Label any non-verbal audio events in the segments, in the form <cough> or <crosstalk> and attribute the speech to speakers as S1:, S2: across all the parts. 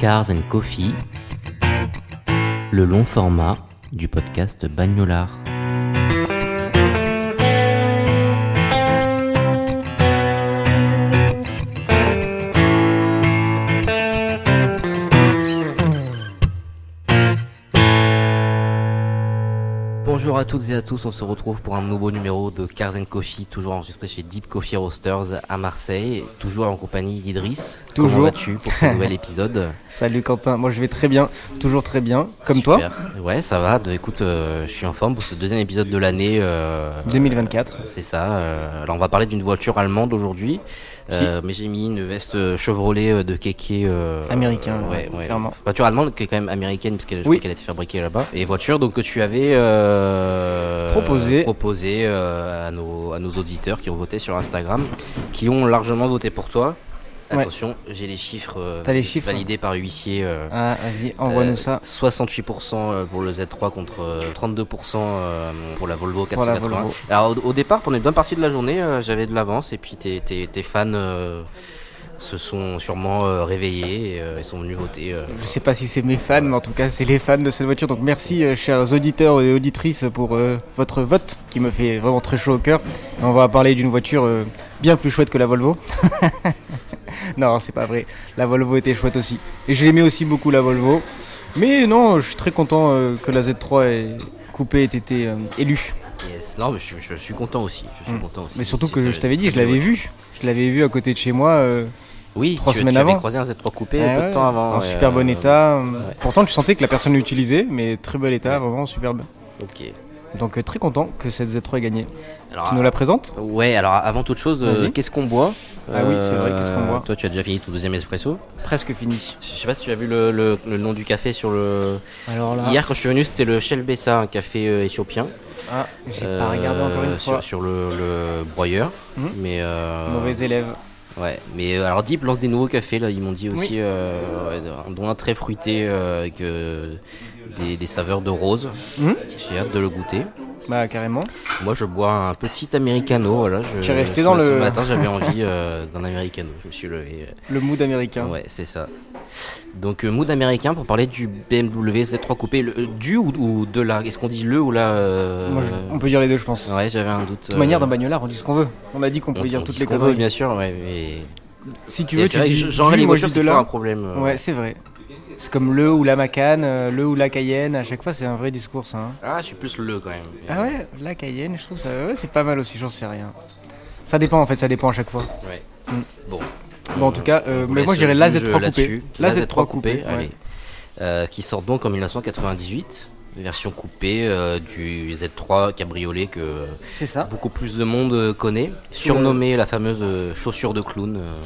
S1: Cars and Coffee, le long format du podcast Bagnolard. Bonjour à toutes et à tous, on se retrouve pour un nouveau numéro de Cars and Coffee, toujours enregistré chez Deep Coffee Roasters à Marseille, toujours en compagnie d'Idriss. Comment
S2: Toujours.
S1: vas-tu pour ce nouvel épisode
S2: Salut Quentin, moi je vais très bien, toujours très bien, comme toi,
S1: Super. Ouais, ça va. De- Écoute, euh, je suis en forme pour ce deuxième épisode de l'année. euh,
S2: 2024.
S1: c'est ça. euh, alors, on va parler d'une voiture allemande aujourd'hui. euh, mais j'ai mis une veste Chevrolet euh, de kéké. euh,
S2: Américain,
S1: euh, ouais,
S2: ouais,
S1: ouais.
S2: clairement.
S1: Voiture allemande qui est quand même américaine, puisqu'elle je
S2: Oui.
S1: crois qu'elle a été fabriquée là-bas. Et voiture donc, que tu avais euh,
S2: Proposé.
S1: proposé, euh, à, nos, à nos auditeurs qui ont voté sur Instagram, qui ont largement voté pour toi.
S2: Ouais.
S1: Attention, j'ai les chiffres, euh,
S2: T'as les chiffres hein.
S1: validés par huissier. euh,
S2: Ah, vas-y, envoie-nous
S1: euh,
S2: ça.
S1: 68% pour le Z3 contre euh, 32% euh, pour la Volvo 480.
S2: Pour la Volvo.
S1: Alors au, au départ, pendant une bonne partie de la journée, euh, j'avais de l'avance et puis tes, tes- tes fans euh, se sont sûrement euh, réveillés et euh, ils sont venus voter. euh.
S2: Je sais pas si c'est mes fans, mais en tout cas, c'est les fans de cette voiture. Donc merci, euh, chers auditeurs et auditrices, pour euh, votre vote qui me fait vraiment très chaud au cœur. Et on va parler d'une voiture euh, bien plus chouette que la Volvo. <laughs> non, c'est pas vrai. La Volvo était chouette aussi. Et je l'aimais aussi beaucoup, la Volvo. Mais non, je suis très content euh, que la Z3 ait- coupée ait été euh, élue.
S1: Yes. Non, mais je, je- je suis content aussi. Je suis content aussi.
S2: Hmm. Mais surtout
S1: C'est-
S2: que je
S1: c'est-
S2: t'avais dit, je l'avais vue. Je l'avais vue à côté de chez moi. euh,
S1: Oui,
S2: trois
S1: tu,
S2: semaines
S1: tu avais
S2: avant.
S1: croisé un Z3 coupé
S2: Ah
S1: un peu
S2: ouais,
S1: de temps avant.
S2: En
S1: et,
S2: super bon
S1: euh,
S2: état. Pourtant, tu sentais que la personne l'utilisait, mais très bel état, vraiment superbe.
S1: Ok.
S2: Donc, euh, très content que cette Z3 ait gagné.
S1: Alors, ah,
S2: Tu nous la présentes
S1: Ouais, alors avant toute chose, euh,
S2: Vas-y.
S1: qu'est-ce qu'on boit Euh,
S2: Ah oui, c'est vrai, qu'est-ce qu'on boit
S1: Toi, tu as déjà fini ton deuxième espresso.
S2: Presque fini.
S1: Je sais pas si tu as vu le, le- le nom du café sur le.
S2: Alors là,
S1: Hier, quand je suis venu, c'était le Shelbessa, un café euh, éthiopien.
S2: ah, j'ai
S1: Euh,
S2: pas regardé encore une fois. Mmh.
S1: Sur, sur le, le broyeur. Mais. euh,
S2: Mauvais élève.
S1: Ouais, mais euh, alors Deep lance des nouveaux cafés là, ils m'ont dit aussi, euh, ouais, dont un très fruité euh, avec euh, des, des saveurs de rose.
S2: Mmh.
S1: J'ai hâte de le goûter.
S2: Bah, carrément.
S1: Moi je bois un petit americano, voilà. Je,
S2: Tu es resté
S1: ce-
S2: dans
S1: Ce
S2: le-
S1: matin j'avais envie euh, d'un americano, je me suis levé. euh,
S2: Le mood américain.
S1: Ouais, c'est ça. Donc, euh, mood américain pour parler du BMW Z3 coupé. Le- euh, du ou, ou de là Est-ce qu'on dit le ou la euh,
S2: Moi, je- on peut dire les deux, je pense. De
S1: Ouais, j'avais un doute. euh,
S2: toute manière, dans Bagnolard, on dit ce qu'on veut. On a dit qu'on
S1: on,
S2: pouvait
S1: on
S2: dire
S1: dit
S2: toutes
S1: ce
S2: les
S1: qu'on
S2: conneries.
S1: veut, bien sûr, ouais, mais.
S2: Si tu
S1: C'est-
S2: veux,
S1: c'est
S2: tu
S1: vrai
S2: dis
S1: que j'enlève les
S2: du, moi, je
S1: voitures,
S2: dis
S1: c'est
S2: de
S1: toujours un
S2: là.
S1: problème. euh.
S2: Ouais, c'est vrai. C'est comme le ou la Macan, euh, le ou la Cayenne. À chaque fois, c'est un vrai discours, ça. hein.
S1: Ah, je suis plus le quand même.
S2: Ah ouais, la Cayenne, je trouve ça. ouais, c'est pas mal aussi, j'en sais rien. Ça dépend en fait, ça dépend à chaque fois.
S1: Ouais. Bon.
S2: Hmm. Bon, en tout cas, euh,
S1: On vous
S2: mais moi
S1: laisse
S2: j'irais la
S1: juge
S2: Z3 coupée.
S1: là-dessus. La Z3
S2: coupée,
S1: coupée,
S2: ouais.
S1: allez. Euh, Qui sort donc en 1998. Version coupée euh, du Z3 cabriolet que
S2: C'est ça.
S1: beaucoup plus de monde euh, connaît. Surnommée la fameuse euh, chaussure de clown. euh,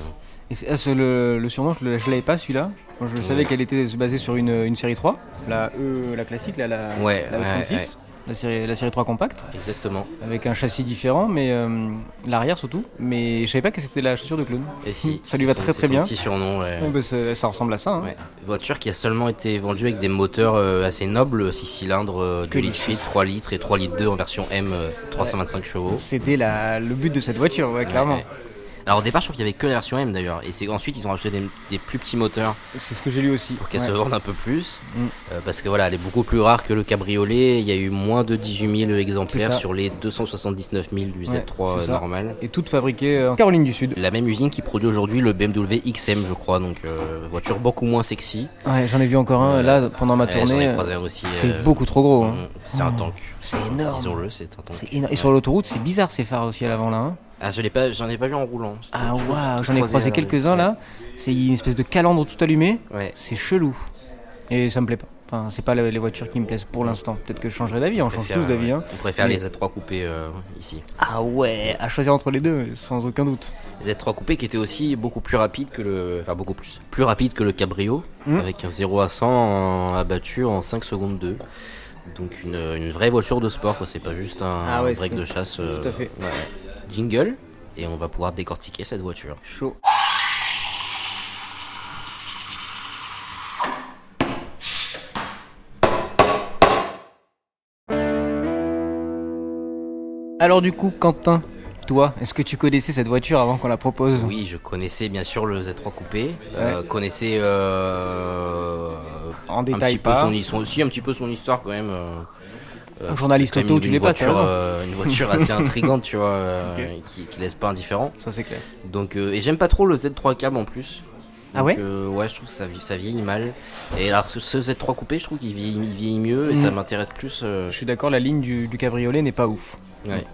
S2: Et c'est- ah, c'est le, le surnom, je ne l'avais pas celui-là. Moi, je savais qu'elle était basée sur une, une série 3, la E, la classique, là, la,
S1: Ouais,
S2: la
S1: ouais,
S2: E36,
S1: ouais.
S2: La, série, la série 3 compacte,
S1: Exactement.
S2: avec un châssis différent, mais euh, l'arrière surtout. Mais je savais pas que c'était la chaussure de clown.
S1: Et si,
S2: Hmm, <laughs> Ça lui va
S1: c'est son-
S2: très,
S1: c'est
S2: très
S1: son
S2: bien.
S1: Petit surnom. ouais.
S2: Ouais, bah, ça, ça ressemble à ça. hein.
S1: Ouais. Voiture qui a seulement été vendue avec des moteurs euh, assez nobles, 6 cylindres, euh, 2
S2: litres
S1: litres 8, 3 litres et 3 litres 2 en version M, euh, 325 chevaux.
S2: C'était la- le but de cette voiture, ouais, clairement.
S1: Ouais. Alors au départ, je crois qu'il y avait que la version M d'ailleurs, et c'est ensuite ils ont acheté des, des plus petits moteurs
S2: C'est ce que j'ai lu aussi.
S1: pour qu'elle
S2: Ouais. Hmm.
S1: se vende un peu plus, Euh, parce que voilà, elle est beaucoup plus rare que le cabriolet. Il y a eu moins de 18 000 exemplaires
S2: ça.
S1: sur les 279 000 du
S2: Ouais,
S1: Z3
S2: c'est
S1: euh,
S2: ça.
S1: normal.
S2: Et toute fabriquée euh, en Caroline du Sud.
S1: La même usine qui produit aujourd'hui le BMW XM, je crois, donc euh, voiture beaucoup moins sexy.
S2: Ouais, j'en ai vu encore un là pendant ma
S1: Ouais, j'en ai
S2: tournée. euh,
S1: croisé un aussi,
S2: C'est
S1: euh,
S2: beaucoup trop gros. hein.
S1: Mm, C'est un tank.
S2: c'est énorme.
S1: Disons-le, c'est un tank.
S2: C'est énorme. Et sur l'autoroute, c'est bizarre ces phares aussi à l'avant là. hein.
S1: Ah, je l'ai pas, j'en ai pas vu en roulant.
S2: Ah
S1: Je- je-
S2: waouh,
S1: je-
S2: j'en
S1: croisé
S2: ai
S1: hein. à
S2: croisé
S1: la rue.
S2: quelques-uns là. C'est une espèce de calandre tout allumé.
S1: Ouais.
S2: C'est chelou. Et ça me plaît pas. Enfin, c'est pas le- les voitures qui me plaisent pour l'instant. Peut-être que je changerai d'avis, on change
S1: préfère,
S2: tous d'avis.
S1: ouais.
S2: hein.
S1: On préfère
S2: Mais-
S1: les Z3 coupés euh, ici.
S2: Ah ouais, à choisir entre les deux, sans aucun doute.
S1: Les Z3 coupés qui étaient aussi beaucoup plus rapides que le. Enfin, beaucoup plus. Plus rapide que le Cabrio,
S2: Mmh.
S1: avec un 0 à 100 en- abattu en 5 secondes 2. Donc, une, une vraie voiture de sport, quoi. C'est pas juste un,
S2: Ah ouais,
S1: un break
S2: c'est-
S1: de chasse. euh,
S2: Tout à fait.
S1: ouais, ouais. Jingle, et on va pouvoir décortiquer cette voiture.
S2: Chaud. Alors du coup, Quentin, toi, est-ce que tu connaissais cette voiture avant qu'on la propose
S1: Oui, je connaissais bien sûr le Z3 coupé. euh, connaissais euh,
S2: En
S1: un
S2: détail
S1: petit peu
S2: pas.
S1: son, son- si, un petit peu son histoire quand même. euh, euh,
S2: journaliste
S1: quand même
S2: auto,
S1: une-
S2: tu
S1: une
S2: l'es pas, t'as
S1: voiture,
S2: raison.
S1: euh, Une voiture
S2: <laughs>
S1: assez intrigante, tu vois, euh, qui, qui laisse pas indifférent.
S2: Ça c'est clair.
S1: Donc, euh, et j'aime pas trop le Z3 cab en plus.
S2: Ah
S1: Donc,
S2: ouais
S1: euh, Ouais, je trouve que ça, vie- ça vieillit mal. Et alors, ce, ce Z3 coupé, je trouve qu'il vieillit, il vieillit mieux et
S2: Mm.
S1: ça m'intéresse plus. euh,
S2: Je suis d'accord, la ligne du, du cabriolet n'est pas ouf.
S1: ouais.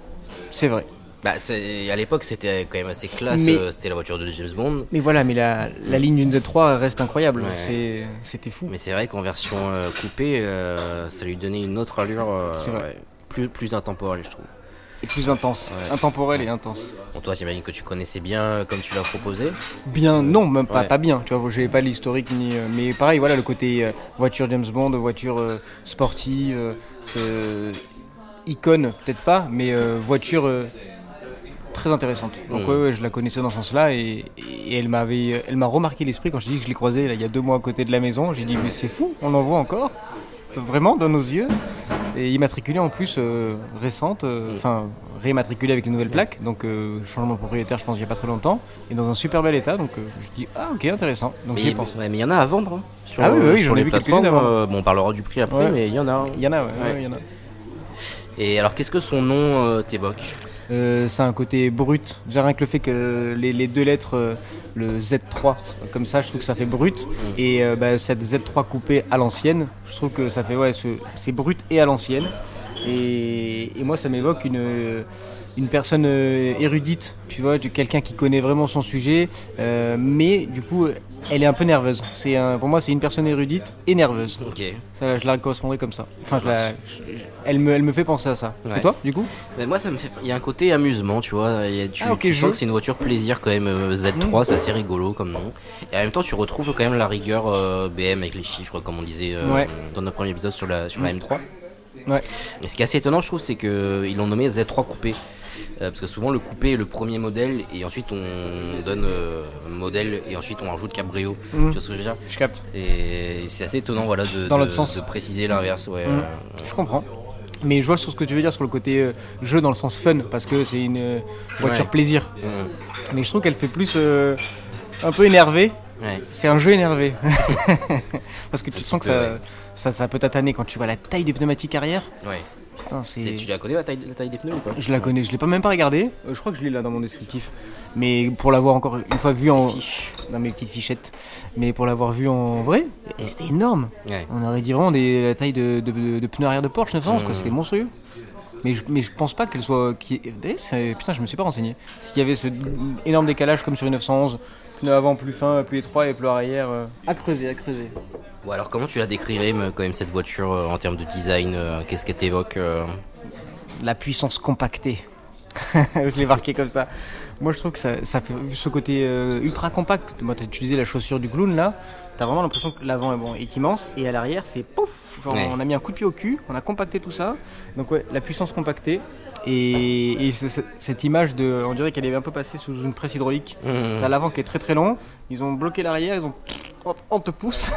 S2: C'est vrai.
S1: Bah, c'est- à l'époque, c'était quand même assez classe.
S2: Mais-
S1: euh, c'était la voiture de James Bond.
S2: Mais voilà, mais la, la ligne d'une Z3 reste incroyable.
S1: Ouais.
S2: C'est- C'était fou.
S1: Mais c'est vrai qu'en version euh, coupée, euh, ça lui donnait une autre allure euh,
S2: C'est vrai.
S1: ouais, plus, plus intemporelle, je trouve.
S2: Et plus intense. Intemporel et intense.
S1: Bon, toi, j'imagine que tu connaissais bien euh, comme tu l'as proposé.
S2: Bien, non, même pas,
S1: Ouais.
S2: pas bien. Tu vois, j'ai pas l'historique ni. euh, mais pareil, voilà, le côté euh, voiture James Bond, voiture euh, sportive, euh, euh, icône, peut-être pas, mais euh, voiture euh, très intéressante. Donc,
S1: Mm.
S2: ouais, ouais, je la connaissais dans ce sens-là et, et elle m'avait, euh, elle m'a remarqué l'esprit quand je dis que je l'ai croisée là, il y a deux mois à côté de la maison. J'ai dit, mais c'est fou, on en voit encore, vraiment dans nos yeux. Et immatriculée en plus euh, récente,
S1: Mm.
S2: euh, enfin réimmatriculée avec les nouvelles plaques, donc euh, changement de propriétaire, je pense, il n'y a pas très longtemps, et dans un super bel état, donc euh, je dis ah ok intéressant, donc j'y
S1: Mais
S2: pense.
S1: ouais, mais il y en a à vendre. hein, sur,
S2: Ah oui, oui,
S1: euh,
S2: oui,
S1: sur
S2: j'en ai
S1: les
S2: vu quelques-unes
S1: plateformes.
S2: à vendre.
S1: euh, bon, on parlera du prix après,
S2: Ouais.
S1: mais il y en a. hein.
S2: Il y en a, ouais, ouais,
S1: Ouais.
S2: il y en a.
S1: Et alors, qu'est-ce que son nom euh, t'évoque
S2: Euh, c'est un côté brut. Déjà rien que le fait que les, les deux lettres, euh, le Z3, comme ça, je trouve que ça fait brut. Et euh, bah, cette Z3 coupée à l'ancienne, je trouve que ça fait, ouais, ce- c'est brut et à l'ancienne. Et, et moi, ça m'évoque une, euh, une personne euh, érudite, tu vois, du- quelqu'un qui connaît vraiment son sujet, euh, mais du coup, elle est un peu nerveuse. C'est un- pour moi, c'est une personne érudite et nerveuse.
S1: Ok.
S2: Ça, je la correspondrais comme Mm. ça. Enfin, je la- je- je- elle, me, elle me fait penser à ça.
S1: Ouais.
S2: Et toi, du coup
S1: Mais moi, ça me fait. Il y a un côté amusement, tu vois. il y a- tu
S2: Ah, ok,
S1: tu
S2: je
S1: sens
S2: veux. Mmh.
S1: que c'est une voiture plaisir quand même. euh, Z3, c'est assez rigolo comme nom. Et en même temps, tu retrouves quand même la rigueur euh, BM avec les chiffres, comme on disait euh,
S2: Ouais. Mmh.
S1: dans notre premier épisode sur la, sur la M3.
S2: Ouais.
S1: Et ce qui est assez étonnant, je trouve, c'est qu'ils l'ont nommé Z3 coupé. Euh, parce que souvent, le coupé est le premier modèle, et ensuite on donne euh, modèle, et ensuite on rajoute cabrio. Tu vois ce que je veux dire
S2: Je capte.
S1: Et c'est assez étonnant voilà, de,
S2: Mmh. Dans
S1: de-
S2: l'autre sens. Mmh.
S1: de préciser l'inverse. Ouais, euh,
S2: Je comprends. Mais je vois sur ce que tu veux dire sur le côté euh, jeu dans le sens fun, parce que c'est une euh, voiture
S1: Ouais.
S2: plaisir.
S1: euh,
S2: Mais je trouve qu'elle fait plus euh, un peu énervé.
S1: ouais.
S2: C'est un
S1: <laughs>
S2: jeu énervé. parce que tu sens que
S1: peu,
S2: ça,
S1: ouais.
S2: ça, ça peut tataner quand tu vois la taille des pneumatiques arrière.
S1: ouais.
S2: Putain, c'est-
S1: C'est- Tu la connais la taille, la taille des pneus ou pas
S2: Je la connais, je l'ai pas même pas regardée. Euh, je crois que je l'ai là dans mon descriptif. Mais pour l'avoir encore une fois vue en.
S1: Fiche.
S2: Dans mes petites fichettes. Mais pour l'avoir vue en vrai, eh, c'était énorme.
S1: Ouais.
S2: On aurait dit vraiment des, la taille de, de, de- de pneus arrière de Porsche 911, quoi, c'était monstrueux. Mais je, mais je pense pas qu'elle soit. qui- eh, c'est- putain, je me suis pas renseigné. S'il y avait ce énorme décalage comme sur une 911, pneus avant plus fin, plus étroit et pneus arrière. euh, À creuser, à creuser.
S1: Bon, alors comment tu la décrirais me- quand même cette voiture euh, en termes de design euh, Qu'est-ce qu'elle t'évoque euh
S2: La puissance compactée. <laughs> je l'ai marqué comme ça. Moi, je trouve que ça, ça fait ce côté euh, ultra compact. Moi, t'as utilisé la chaussure du clown là. T'as vraiment l'impression que l'avant est, bon, est immense et à l'arrière, c'est pouf. Genre,
S1: Ouais.
S2: on a mis un coup de pied au cul, on a compacté tout ça. Donc ouais, la puissance compactée et, et c'est- c'est- cette image de, on dirait qu'elle est un peu passée sous une presse hydraulique.
S1: Mmh.
S2: T'as l'avant qui est très très long. Ils ont bloqué l'arrière, ils ont hop, on te <laughs> pousse.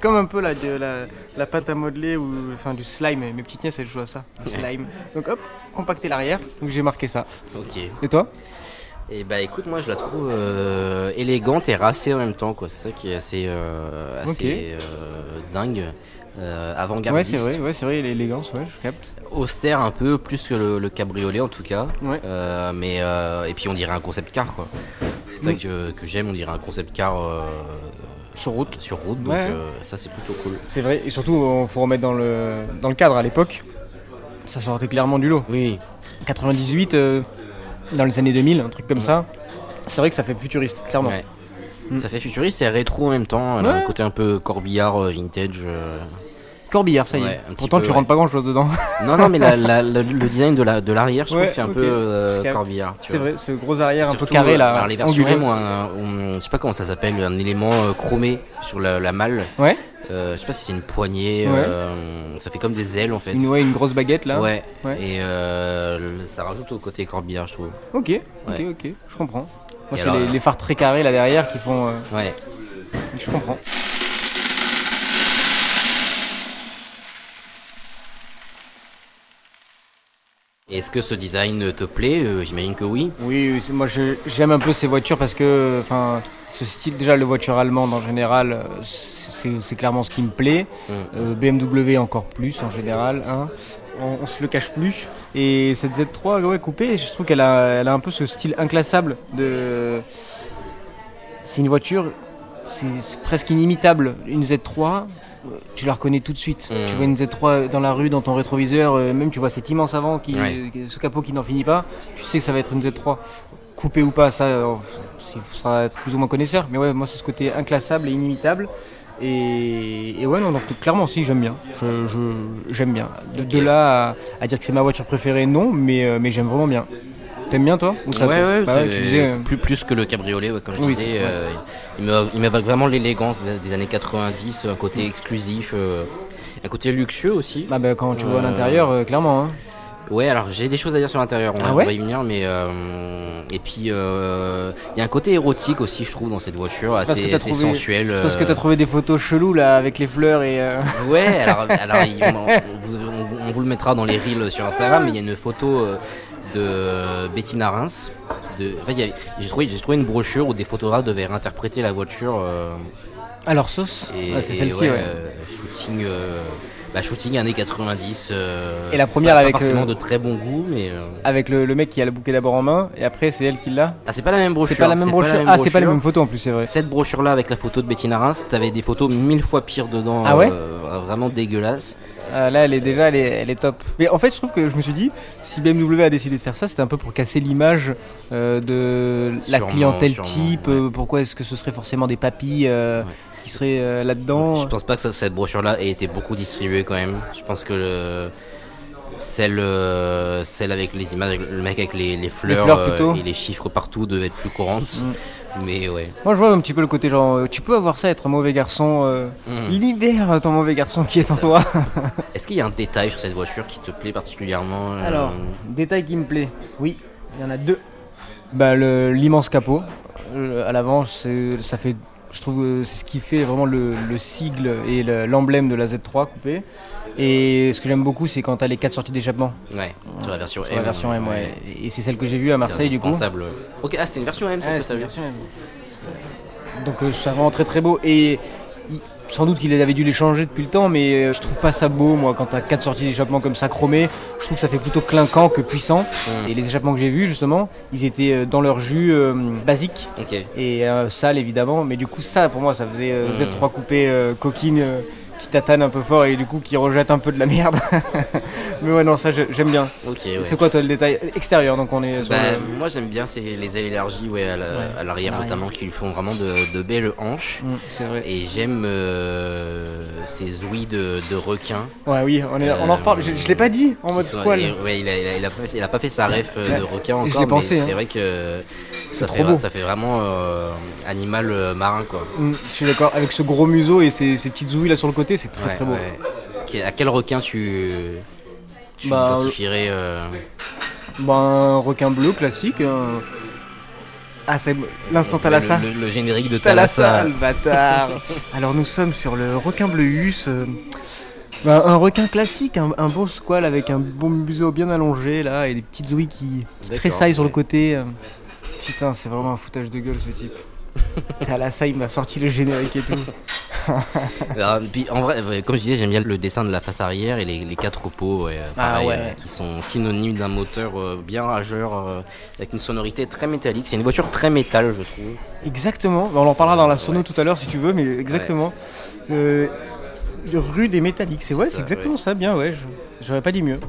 S2: Comme un peu la, de- la, la pâte à modeler ou enfin du slime. Mes petites nièces elles jouent à ça, du slime. Donc hop, compacter l'arrière. Donc j'ai marqué ça.
S1: Ok.
S2: Et toi
S1: Et bah écoute, moi je la trouve euh, élégante et racée en même temps, quoi. C'est ça qui est assez, euh, assez
S2: Ok.
S1: euh, dingue, euh,
S2: Ouais,
S1: avant-gardiste,
S2: c'est vrai, ouais, c'est vrai, l'élégance, ouais, je capte.
S1: austère un peu plus que le, le cabriolet en tout cas.
S2: Ouais.
S1: Euh, mais euh, et puis on dirait un concept car, quoi. C'est ça
S2: Mm.
S1: que, je- que j'aime, on dirait un concept car euh,
S2: Sur route.
S1: sur route, donc
S2: Ouais.
S1: euh, ça c'est plutôt cool.
S2: C'est vrai, et surtout, il faut remettre dans le, dans le cadre à l'époque. Ça sortait clairement du lot.
S1: Oui,
S2: 98, euh, dans les années 2000, un truc comme ça. C'est vrai que ça fait futuriste, clairement.
S1: Ouais. Ça fait futuriste et rétro en même temps. Elle a un côté un peu corbillard, euh, vintage. euh.
S2: Corbillard, ça y
S1: Ouais,
S2: est.
S1: un petit
S2: Pourtant,
S1: peu,
S2: tu
S1: ouais.
S2: rentres pas grand chose dedans.
S1: Non, non, mais la- la- la- le design de l'arrière, la, de l'arrière, je trouve,
S2: Ouais,
S1: fait un
S2: ok.
S1: peu euh,
S2: Je capte.
S1: corbillard. tu
S2: <laughs> C'est
S1: vois.
S2: vrai, ce gros arrière un peu
S1: Surtout,
S2: carré
S1: euh,
S2: là.
S1: dans les versions
S2: anguleux.
S1: M, un- on- je sais pas comment ça s'appelle, un élément euh, chromé sur la, la malle.
S2: Ouais,
S1: Euh, je sais pas si c'est une poignée,
S2: Ouais.
S1: euh, ça fait comme des ailes en fait.
S2: une, ouais, une grosse baguette là.
S1: Ouais.
S2: Ouais.
S1: Et euh, le- ça rajoute au côté corbillard, je trouve.
S2: Ok, ok,
S1: Ouais.
S2: ok, je comprends. Moi,
S1: Et
S2: c'est
S1: alors,
S2: les,
S1: euh,
S2: les phares très carrés là derrière qui font. euh,
S1: Ouais.
S2: je comprends.
S1: Et Est-ce que ce design te plaît Euh, J'imagine que oui.
S2: Oui, oui, c'est- moi je- j'aime un peu ces voitures parce que, enfin, ce style déjà, le voiture allemande en général, euh, c'est c'est clairement ce qui me plaît.
S1: Mm.
S2: Euh, BMW encore plus en général, hein. on, on se le cache plus. Et cette Z3, ouais, coupée, je trouve qu'elle a, elle a un peu ce style inclassable de. C'est une voiture, c'est c'est presque inimitable. Une Z3, euh, tu la reconnais tout de suite.
S1: Mm.
S2: Tu vois une Z3 dans la rue, dans ton rétroviseur, euh, même tu vois cet immense avant, qui,
S1: Ouais.
S2: euh, ce capot qui n'en finit pas, tu sais que ça va être une Z3. Coupé ou pas, ça, euh, il faudra être plus ou moins connaisseur. Mais ouais, moi, c'est ce côté inclassable et inimitable. Et, et ouais, non, donc clairement, si, j'aime bien. Je- je- J'aime bien. De, de là à, à dire que c'est ma voiture préférée, non, mais, euh, mais j'aime vraiment bien. T'aimes bien, toi Ou ça te- Bah
S1: c'est-
S2: tu disais, euh,
S1: plus, plus que le cabriolet, ouais, comme je
S2: Oui,
S1: disais.
S2: c'est- ouais.
S1: euh, il me- il m'évoque vraiment l'élégance des, des années 90, un côté exclusif, euh, un côté luxueux aussi.
S2: Mm. bah, bah, quand tu vois
S1: Euh,
S2: l'intérieur, euh, clairement. hein.
S1: Ouais, alors j'ai des choses à dire sur l'intérieur, on, va-
S2: Ah ouais
S1: on va y venir, mais. euh, et puis, euh, il y a un côté érotique aussi, je trouve, dans cette voiture,
S2: C'est parce que
S1: assez,
S2: t'as
S1: assez
S2: trouvé-
S1: bah, sensuel.
S2: C'est parce que
S1: euh,
S2: t'as trouvé des photos cheloues là avec les fleurs et. euh,
S1: Ouais, alors, alors, il- on, on vous- on vous- on vous le mettra dans les reels sur Instagram, mais il y a une photo euh, de euh, Bettina Reims. qui De, enfin, il y a- j'ai, trouvé, j'ai trouvé une brochure où des photographes devaient réinterpréter la voiture. euh,
S2: À leur sauce
S1: et,
S2: Ouais, Ah, C'est
S1: et
S2: celle-ci,
S1: ouais,
S2: ouais.
S1: euh, shooting, euh, bah, shooting années 90. euh,
S2: Et la première
S1: pas-
S2: avec,
S1: Pas forcément
S2: euh,
S1: de très bon goût, mais. euh,
S2: Avec le, le mec qui a le bouquet d'abord en main et après c'est elle qui l'a.
S1: Ah, c'est pas la même brochure.
S2: C'est pas la même brochure. ah, c'est pas les mêmes photos en plus, c'est vrai.
S1: Cette brochure-là avec la photo de Bettina Reims, t'avais des photos mille fois pires dedans.
S2: Ah ouais
S1: euh, Vraiment dégueulasses.
S2: Ah, là, elle est déjà, elle est, elle est top. Mais en fait, je trouve que je me suis dit, si BMW a décidé de faire ça, c'était un peu pour casser l'image euh, de la
S1: Sûrement,
S2: clientèle
S1: sûrement,
S2: type.
S1: ouais.
S2: euh, pourquoi est-ce que ce serait forcément des papilles euh,
S1: Ouais.
S2: qui seraient euh, là-dedans
S1: Je pense pas que ça- cette brochure-là ait été beaucoup distribuée quand même. Je pense que le- celle, euh, celle avec les images, avec le mec avec les, les fleurs,
S2: fleurs
S1: euh,
S2: plutôt. Mm.
S1: et les chiffres partout devait être plus courante. Mais ouais.
S2: Moi, je vois un petit peu le côté genre, euh, tu peux avoir ça, être un mauvais garçon. euh,
S1: Mm.
S2: Libère ton mauvais garçon qui est en
S1: ça.
S2: toi.
S1: Est-ce qu'il y a un détail sur cette voiture qui te plaît particulièrement euh,
S2: Alors, détail qui me plaît. Oui, il y en a deux. Bah, le- l'immense capot euh, à l'avant, c'est- ça fait, je trouve, euh, c'est ce qui fait vraiment le, le sigle et le- l'emblème de la Z3 coupée. Et ce que j'aime beaucoup, c'est quand t'as les quatre sorties d'échappement
S1: Ouais, sur la version
S2: sur
S1: M.
S2: la version M. ouais. Et c'est celle que j'ai vue à
S1: C'est
S2: Marseille du coup.
S1: indispensable. Ok, ah, c'est une version M, ça
S2: Ouais,
S1: que
S2: c'est
S1: t'as
S2: une
S1: vu.
S2: version M. Donc euh, c'est vraiment très très beau et il- sans doute qu'il avait dû les changer depuis le temps mais euh, je trouve pas ça beau moi quand t'as quatre sorties d'échappement comme ça chromées je trouve que ça fait plutôt clinquant que puissant
S1: Mm.
S2: et les échappements que j'ai vus justement ils étaient euh, dans leur jus euh, basique
S1: Ok.
S2: et euh, sale évidemment mais du coup ça pour moi ça faisait euh, Z3 coupé euh, coquine euh, qui tatane un peu fort et du coup qui rejette un peu de la merde <laughs> mais ouais non ça je- j'aime bien
S1: Ok, ouais.
S2: c'est quoi toi le détail extérieur donc on est sur
S1: Bah,
S2: le-
S1: Moi j'aime bien c'est les ailes élargies ouais, à la- à l'arrière
S2: l'arrière.
S1: notamment qui lui font vraiment de, de belles hanches.
S2: Mm, c'est vrai
S1: Et j'aime euh, ces ouïes de, de requin.
S2: Ouais, oui, on, est- Euh, on en reparle. Je, je l'ai pas dit en
S1: qui
S2: mode
S1: sont-
S2: squal.
S1: et- ouais, il, a, il a- il a pas fait, il a pas fait sa ref euh,
S2: Ouais.
S1: de requin
S2: Et je
S1: encore, mais
S2: l'ai pensé,
S1: c'est
S2: hein.
S1: vrai que ça
S2: trop
S1: fait,
S2: beau.
S1: ça fait vraiment euh, animal euh, marin quoi.
S2: Mm, je suis d'accord. Avec ce gros museau et ces, ces petites ouïes là sur le côté, c'est très
S1: Ouais,
S2: très beau.
S1: ouais. Que- À quel requin tu, tu
S2: Bah,
S1: identifierais euh,
S2: Ben, un requin bleu classique. un- Ah, c'est l'instant
S1: le,
S2: Thalassa.
S1: le- le générique de Thalassa
S2: le
S1: <laughs>
S2: bâtard. Alors nous sommes sur le requin bleuus. euh, ben, un requin classique, un, un beau squal avec un bon museau bien allongé là et des petites ouïes qui, qui
S1: D'accord,
S2: tressaillent sur le
S1: ouais.
S2: côté. euh. Putain, c'est vraiment un foutage de gueule ce type.
S1: <laughs>
S2: Thalassa, il m'a sorti le générique et tout.
S1: Alors, puis, en vrai, euh, comme je disais, j'aime bien le dessin de la face arrière et les, les quatre repos ouais, euh,
S2: Ah
S1: pareil,
S2: ouais,
S1: euh,
S2: ouais.
S1: qui sont synonymes d'un moteur euh, bien rageur euh, avec une sonorité très métallique. C'est une voiture très métal, je trouve.
S2: Exactement, Bah, on en parlera dans la sono tout à l'heure si tu veux, mais exactement. Euh, rue des métalliques, c'est ouais,
S1: ça,
S2: c'est exactement ça, bien ouais, je- j'aurais pas dit mieux.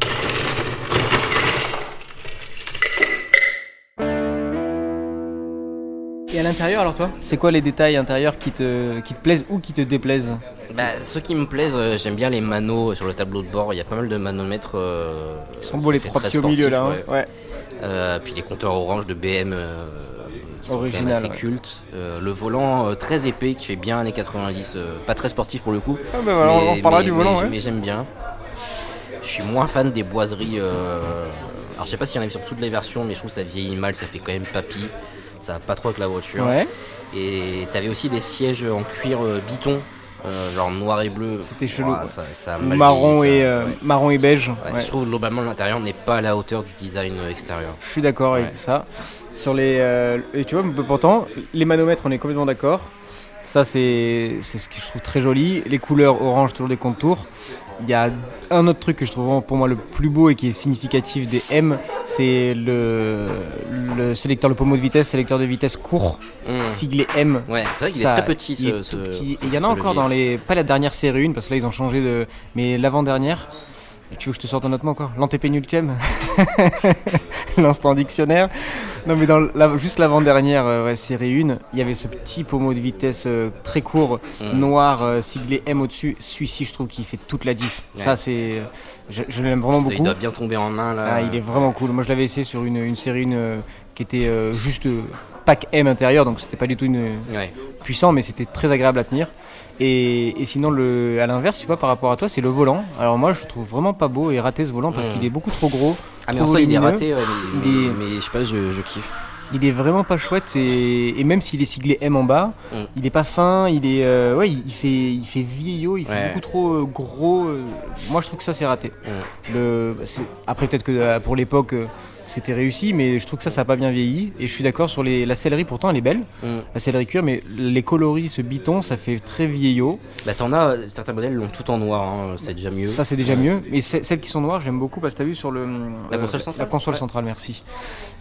S2: Et à l'intérieur alors toi C'est quoi les détails intérieurs qui te, qui te plaisent ou qui te déplaisent
S1: Bah, ceux qui me plaisent, euh, j'aime bien les manos sur le tableau de bord. Il y a pas mal de manomètres. euh,
S2: Ils sont
S1: ça
S2: beaux les
S1: fait
S2: trois
S1: très
S2: petits au milieu
S1: sportif,
S2: là. hein.
S1: ouais.
S2: Ouais.
S1: Euh, puis les compteurs orange de BM euh, qui sont
S2: Original,
S1: quand même assez
S2: ouais.
S1: cultes. Euh, le volant euh, très épais qui fait bien années 90, euh, pas très sportif pour le coup.
S2: Ah, bah voilà, on reparlera du volant,
S1: mais-
S2: ouais.
S1: mais j'aime bien. Je suis moins fan des boiseries. euh, Alors je sais pas s'il y en a sur toutes les versions, mais je trouve que ça vieillit mal, ça fait quand même papy. Ça va pas trop avec la voiture.
S2: Ouais.
S1: Et t'avais aussi des sièges en cuir euh, biton, euh, genre noir et bleu.
S2: C'était chelou,
S1: Ouah,
S2: ouais.
S1: ça, ça a mal
S2: Marron,
S1: vieilli,
S2: et,
S1: ça.
S2: euh,
S1: Ouais.
S2: marron et beige.
S1: Ouais,
S2: ouais.
S1: Je trouve globalement l'intérieur n'est pas à la hauteur du design euh, extérieur.
S2: Je suis d'accord
S1: Ouais.
S2: avec ça. Sur les, euh, et tu vois, mais pourtant, les manomètres, on est complètement d'accord. Ça, c'est c'est ce que je trouve très joli. Les couleurs orange, toujours des contours. Il y a un autre truc que je trouve vraiment pour moi le plus beau et qui est significatif des M, c'est le, le sélecteur, le pommeau de vitesse, sélecteur de vitesse court,
S1: Hmm.
S2: siglé M.
S1: Ouais, c'est vrai qu'il est
S2: Ça,
S1: très petit ce.
S2: il est
S1: ce-
S2: tout petit. Et
S1: ce- Bah,
S2: Il y en a
S1: ce
S2: encore
S1: levier.
S2: dans les. Pas la dernière série 1, parce que là, ils ont changé de. Mais l'avant-dernière. Tu veux que je te sorte un autre mot encore L'antépénultième <laughs> L'instant dictionnaire. Non, mais dans la- juste l'avant-dernière euh, ouais, série 1, il y avait ce petit pommeau de vitesse euh, très court,
S1: Mm.
S2: noir, euh, siglé M au-dessus. Celui-ci, je trouve qu'il fait toute la diff.
S1: Ouais.
S2: Ça, c'est. Je, je l'aime vraiment
S1: Il
S2: beaucoup.
S1: doit bien tomber en un là.
S2: Ah, il est vraiment cool. Moi, je l'avais essayé sur une, une série une, euh, qui était euh, juste euh, pack M intérieur, donc c'était pas du tout une,
S1: Ouais.
S2: puissant, mais c'était très agréable à tenir. Et, et sinon, le, à l'inverse, tu vois, par rapport à toi, c'est le volant. Alors moi, je le trouve vraiment pas beau et raté ce volant parce
S1: Mm.
S2: qu'il est beaucoup trop gros.
S1: Ah, mais
S2: trop
S1: en soi, il est raté,
S2: volumineux.
S1: ouais, mais,
S2: Il
S1: mais-
S2: est-
S1: mais je sais pas, je, je kiffe.
S2: Il est vraiment pas chouette et, et même s'il est siglé M en bas,
S1: Mm.
S2: il est pas fin. Il est, euh, ouais, il il fait, il fait vieillot, il fait
S1: Ouais.
S2: beaucoup trop euh, gros. euh, moi, je trouve que ça c'est raté.
S1: Mm.
S2: Le, c'est- après, peut-être que euh, pour l'époque. euh, c'était réussi, mais je trouve que ça, ça a pas bien vieilli. Et je suis d'accord sur les, la céleri, pourtant, elle est belle,
S1: Mm.
S2: la céleri cuir, mais les coloris, ce biton, ça fait très vieillot.
S1: Bah, t'en as, euh, certains modèles l'ont tout en noir, hein, c'est déjà mieux.
S2: Ça c'est déjà mieux, mais ce- celles qui sont noires j'aime beaucoup parce que t'as vu sur le euh,
S1: La console centrale
S2: la console
S1: Ouais.
S2: centrale, merci.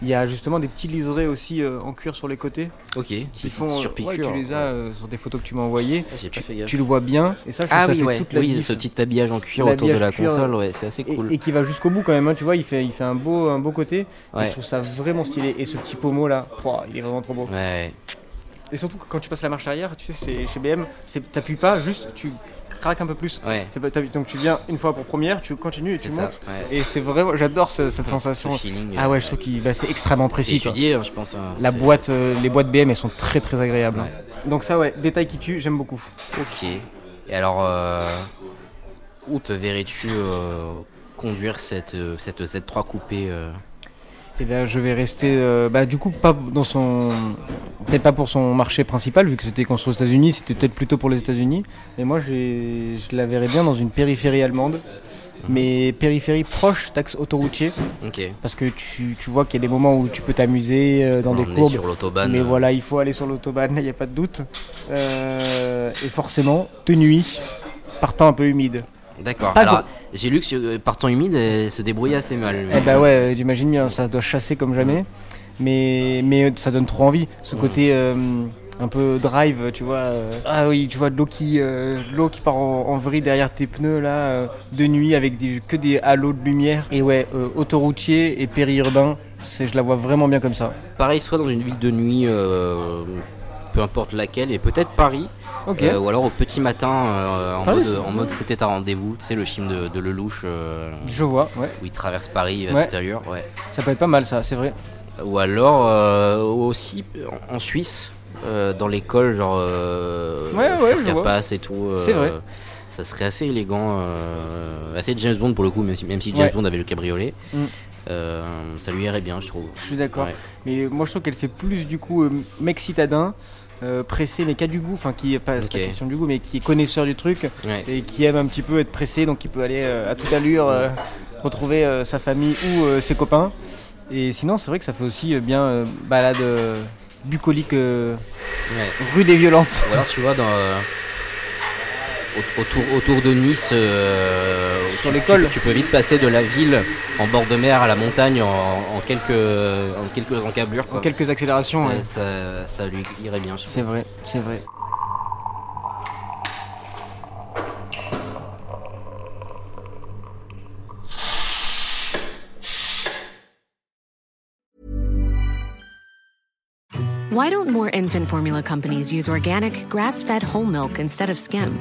S2: Il y a justement des petits liserés aussi euh, en cuir sur les côtés
S1: Ok,
S2: qui
S1: petite
S2: font euh,
S1: surpiqûre.
S2: ouais, tu les as euh, sur des photos que tu m'as envoyées.
S1: Ah, J'ai pas fait
S2: Tu
S1: gaffe.
S2: le vois bien et ça je trouve
S1: Ah
S2: que
S1: oui,
S2: ça fait
S1: ouais.
S2: toute la
S1: oui,
S2: diff.
S1: ce petit habillage en cuir autour de
S2: L'habillage
S1: la
S2: cuir,
S1: console, ouais, c'est assez
S2: et,
S1: cool.
S2: et qui va jusqu'au bout quand même, hein, tu vois, il fait, il fait un beau, un beau côté. Et
S1: Ouais.
S2: Je trouve ça vraiment stylé. Et ce petit pommeau là, pouah, il est vraiment trop beau.
S1: Ouais.
S2: Et surtout que quand tu passes la marche arrière, tu sais, c'est chez BM, c'est- t'appuies pas, juste tu craques un peu plus.
S1: Ouais.
S2: C'est pas- t'appuies- Donc tu viens une fois pour première, tu continues et tu
S1: C'est ça,
S2: montes.
S1: ouais.
S2: Et c'est vraiment, j'adore ce- cette sensation.
S1: Ce feeling,
S2: Ah ouais,
S1: euh,
S2: je trouve que c'est extrêmement
S1: C'est
S2: précis. quoi.
S1: étudié, hein, je pense. hein,
S2: La
S1: c'est-
S2: boîte, euh, les boîtes BM, elles sont très très agréables. hein.
S1: Ouais.
S2: Donc ça, ouais, détail qui tue, j'aime beaucoup.
S1: Ok. Et alors, euh, où te verrais-tu euh, conduire cette, euh, cette Z3 coupée euh,
S2: Et Eh bien, je vais rester, euh, bah, du coup, pas dans son, peut-être pas pour son marché principal, vu que c'était construit aux États-Unis, c'était peut-être plutôt pour les États-Unis. Mais moi, j'ai- je la verrais bien dans une périphérie allemande, mais périphérie proche d'axe autoroutier,
S1: Ok.
S2: parce que tu, tu vois qu'il y a des moments où tu peux t'amuser euh, dans des
S1: Emmener
S2: courbes.
S1: sur l'autobahn.
S2: Mais
S1: euh,
S2: voilà, il faut aller sur l'autobahn, <laughs> il n'y a pas de doute. Euh, et forcément, de nuit, partant un peu humide.
S1: D'accord.
S2: Pas
S1: Alors,
S2: gros.
S1: j'ai lu que sur- euh, par temps humide, elle se débrouillait assez mal.
S2: Eh bah ouais, euh, j'imagine bien, ça doit chasser comme jamais. Mais, mais euh, ça donne trop envie. Ce côté euh, un peu drive, tu vois. euh, ah oui, tu vois de l'eau qui, euh, de l'eau qui part en, en vrille derrière tes pneus, là, euh, de nuit, avec des, que des halos de lumière. Et ouais, euh, autoroutier et périurbain, c'est- je la vois vraiment bien comme ça.
S1: Pareil, soit dans une ville de nuit, euh, peu importe laquelle, et peut-être Paris,
S2: Ok.
S1: euh, ou alors au petit matin, euh, en,
S2: Paris,
S1: mode,
S2: c'est-
S1: en mode c'était un rendez-vous, tu sais, le film de, de Lelouch, euh,
S2: Je vois, ouais.
S1: où il traverse Paris, il va
S2: Ouais.
S1: tout à l'heure, ouais.
S2: Ça peut être pas mal, ça, c'est vrai.
S1: Ou alors euh, aussi en- en Suisse, euh, dans l'école, genre euh,
S2: Ouais, ouais, je vois.
S1: Pass et tout. euh,
S2: C'est vrai.
S1: Ça serait assez élégant, euh, assez James Bond pour le coup, même si, même si James
S2: Ouais.
S1: Bond avait le cabriolet.
S2: Mm.
S1: Euh, ça lui irait bien, je trouve.
S2: Je suis d'accord.
S1: Ouais.
S2: Mais moi je trouve qu'elle fait plus du coup euh, mec citadin, euh, pressé mais qui a du goût, enfin qui est pas, c'est pas
S1: Ok.
S2: question du goût, mais qui est connaisseur du truc
S1: Ouais.
S2: et qui aime un petit peu être pressé, donc il peut aller euh, à toute allure euh, retrouver euh, sa famille ou euh, ses copains. Et sinon c'est vrai que ça fait aussi euh, bien euh, balade euh, bucolique euh,
S1: Ouais.
S2: rude et violente.
S1: Ou alors tu vois dans euh, au- autour, autour de Nice, euh,
S2: Sur
S1: tu-
S2: l'école.
S1: tu, tu peux vite passer de la ville en bord de mer à la montagne en, en quelques en quelques encablures quoi.
S2: En quelques
S1: Ça,
S2: accélérations. ouais.
S1: ça, ça lui irait bien. je trouve.
S2: C'est vrai, c'est vrai.
S3: Why don't more infant formula companies use organic, grass fed whole milk instead of skim?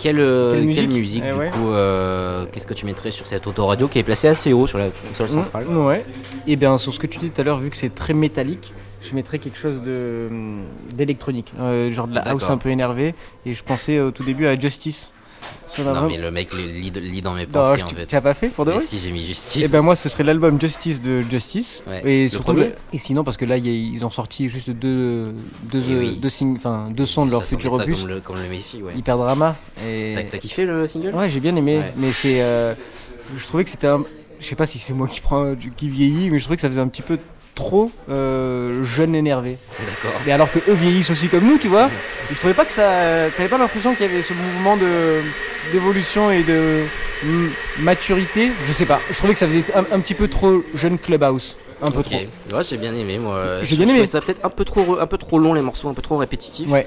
S1: Quelle, euh,
S2: Quelle
S1: quelle musique,
S2: musique Eh
S1: du
S2: ouais.
S1: coup euh, Qu'est-ce que tu mettrais sur cette autoradio qui est placée assez haut sur la console centrale
S2: Mm, ouais. Et bien, sur ce que tu dis tout à l'heure, vu que c'est très métallique, je mettrais quelque chose de hum, d'électronique, euh, genre de la house
S1: D'accord.
S2: un peu énervée. Et je pensais au tout début à Justice. Ça m'a
S1: Non
S2: vraiment- Bah,
S1: mais le mec le lit, lit dans mes
S2: Non,
S1: pensées
S2: je-
S1: en fait.
S2: tu l'as pas fait pour de
S1: Mais
S2: vrai
S1: si j'ai mis justice.
S2: Et ben moi, ce serait l'album Justice de Justice.
S1: Ouais.
S2: Et
S1: Le
S2: surtout,
S1: premier
S2: et sinon parce que là, il y a- ils ont sorti juste deux deux
S1: Et Eh oui.
S2: deux sing- enfin deux sons de leur
S1: Ça
S2: futur
S1: semblait ça
S2: opus,
S1: Comme le, comme le Messi, ouais.
S2: hyper drama. Et
S1: T'as t'as kiffé le single
S2: Ouais, j'ai bien aimé,
S1: Ouais.
S2: mais c'est. euh, je trouvais que c'était un. Je sais pas si c'est moi qui prends, du- qui vieillit, mais je trouvais que ça faisait un petit peu trop euh, jeune énervé.
S1: D'accord.
S2: Et alors que eux vieillissent aussi comme nous, tu vois. Je trouvais pas que ça. T'avais pas l'impression qu'il y avait ce mouvement de d'évolution et de mm, maturité. Je sais pas. Je trouvais que ça faisait un, un petit peu trop jeune clubhouse, un peu
S1: Ok. Ouais, j'ai bien aimé moi.
S2: J'ai
S1: Je-
S2: bien
S1: je
S2: aimé.
S1: trouvais ça peut-être un peu trop re- un peu trop long les morceaux, un peu trop répétitifs.
S2: trop. Ouais.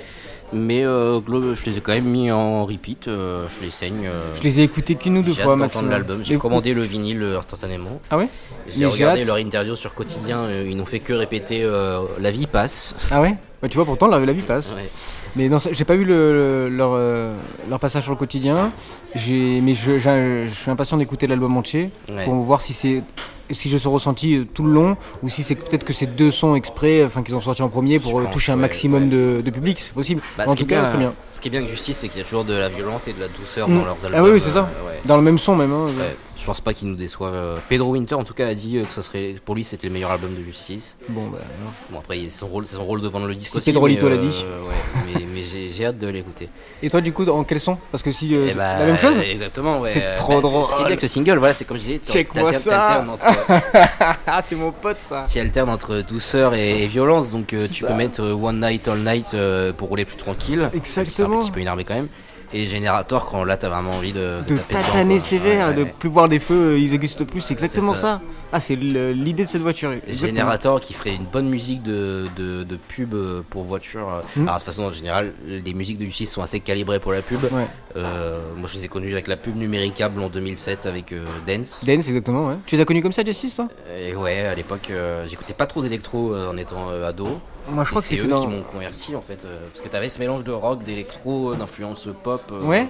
S1: Mais euh, glo- je les ai quand même mis en repeat. euh, je les saigne. euh,
S2: Je les ai écoutés qu'une ou deux
S1: J'ai
S2: fois
S1: hâte
S2: maximum.
S1: d'entendre l'album. J'ai
S2: Et-
S1: commandé le vinyle euh, instantanément.
S2: Ah ouais.
S1: J'ai
S2: Mais j'ai
S1: regardé
S2: hâte.
S1: leur interview sur Quotidien. euh, Ils n'ont fait que répéter euh, La vie passe.
S2: Ah ouais. Bah, tu vois, pourtant la, la vie passe.
S1: Ouais.
S2: Mais non, ça- j'ai pas vu le, le- leur, euh, leur passage sur le quotidien. J'ai, mais je, j'ai- je suis impatient d'écouter l'album entier
S1: Ouais.
S2: pour voir si c'est si je suis ressenti euh, tout le long ou si c'est peut-être que ces deux sons exprès, enfin qu'ils ont sorti en premier pour
S1: Je
S2: euh,
S1: pense,
S2: toucher un
S1: ouais,
S2: maximum
S1: ouais.
S2: de, de public, c'est possible.
S1: Bah,
S2: en
S1: ce, qui
S2: tout
S1: est
S2: cas,
S1: bien,
S2: très bien.
S1: ce qui est bien avec Justice, c'est qu'il y a toujours de la violence et de la douceur
S2: Mm.
S1: dans leurs
S2: Ah
S1: albums.
S2: oui, oui, c'est ça.
S1: euh, ouais.
S2: Dans le même son même. hein.
S1: Ouais, je pense pas qu'ils nous déçoivent. euh. Pedro Winter, en tout cas, a dit euh, que ça serait, pour lui, c'était le meilleur album de Justice.
S2: Bon, bah, non.
S1: Bon, après, c'est son rôle, c'est son rôle de vendre le disque
S2: C'est
S1: aussi.
S2: Pedro
S1: mais,
S2: Lito l'a
S1: euh,
S2: dit.
S1: ouais, mais mais j'ai j'ai hâte de l'écouter.
S2: <laughs> Et toi, du coup, en quel son Parce que si euh,
S1: Eh
S2: c'est
S1: bah,
S2: la même chose.
S1: Exactement, ouais.
S2: C'est
S1: Euh, c'est-
S2: trop
S1: Ce qui est bien
S2: drôle.
S1: avec ce single, voilà, c'est comme je disais, t'al-
S2: Check-moi
S1: t'alternes-
S2: ça.
S1: t'alternes entre-
S2: Ah, c'est mon pote ça.
S1: qui alterne entre douceur et, et violence. Donc euh,
S2: C'est
S1: tu
S2: ça.
S1: peux mettre euh, One Night All Night euh, pour rouler plus tranquille. même si C'est
S2: Exactement.
S1: un petit peu énervé quand même. Et Générateur quand là t'as vraiment envie de,
S2: De
S1: taper dedans,
S2: tataner
S1: quoi.
S2: sévère,
S1: Ouais, ouais,
S2: de
S1: ouais.
S2: plus voir les feux, euh, ils existent plus, c'est exactement
S1: ça.
S2: ça. Ah, c'est le- l'idée de cette voiture. exactement.
S1: Générateur qui ferait une bonne musique de, de, de pub euh, pour voiture. euh.
S2: Hmm.
S1: Alors de toute façon en général les musiques de justice sont assez calibrées pour la pub.
S2: Ouais.
S1: Euh, moi je les ai connues avec la pub numéricable en 2007 avec euh, Dance.
S2: Dance, exactement, ouais. Tu les as connus comme ça, Justice, toi
S1: Et ouais à l'époque euh, j'écoutais pas trop d'électro euh, en étant euh, ado.
S2: Moi, je
S1: Et
S2: crois que
S1: c'est
S2: c'était
S1: eux
S2: dans...
S1: qui m'ont converti en fait, euh, parce que t'avais ce mélange de rock, d'électro, euh, d'influence pop. euh,
S2: Ouais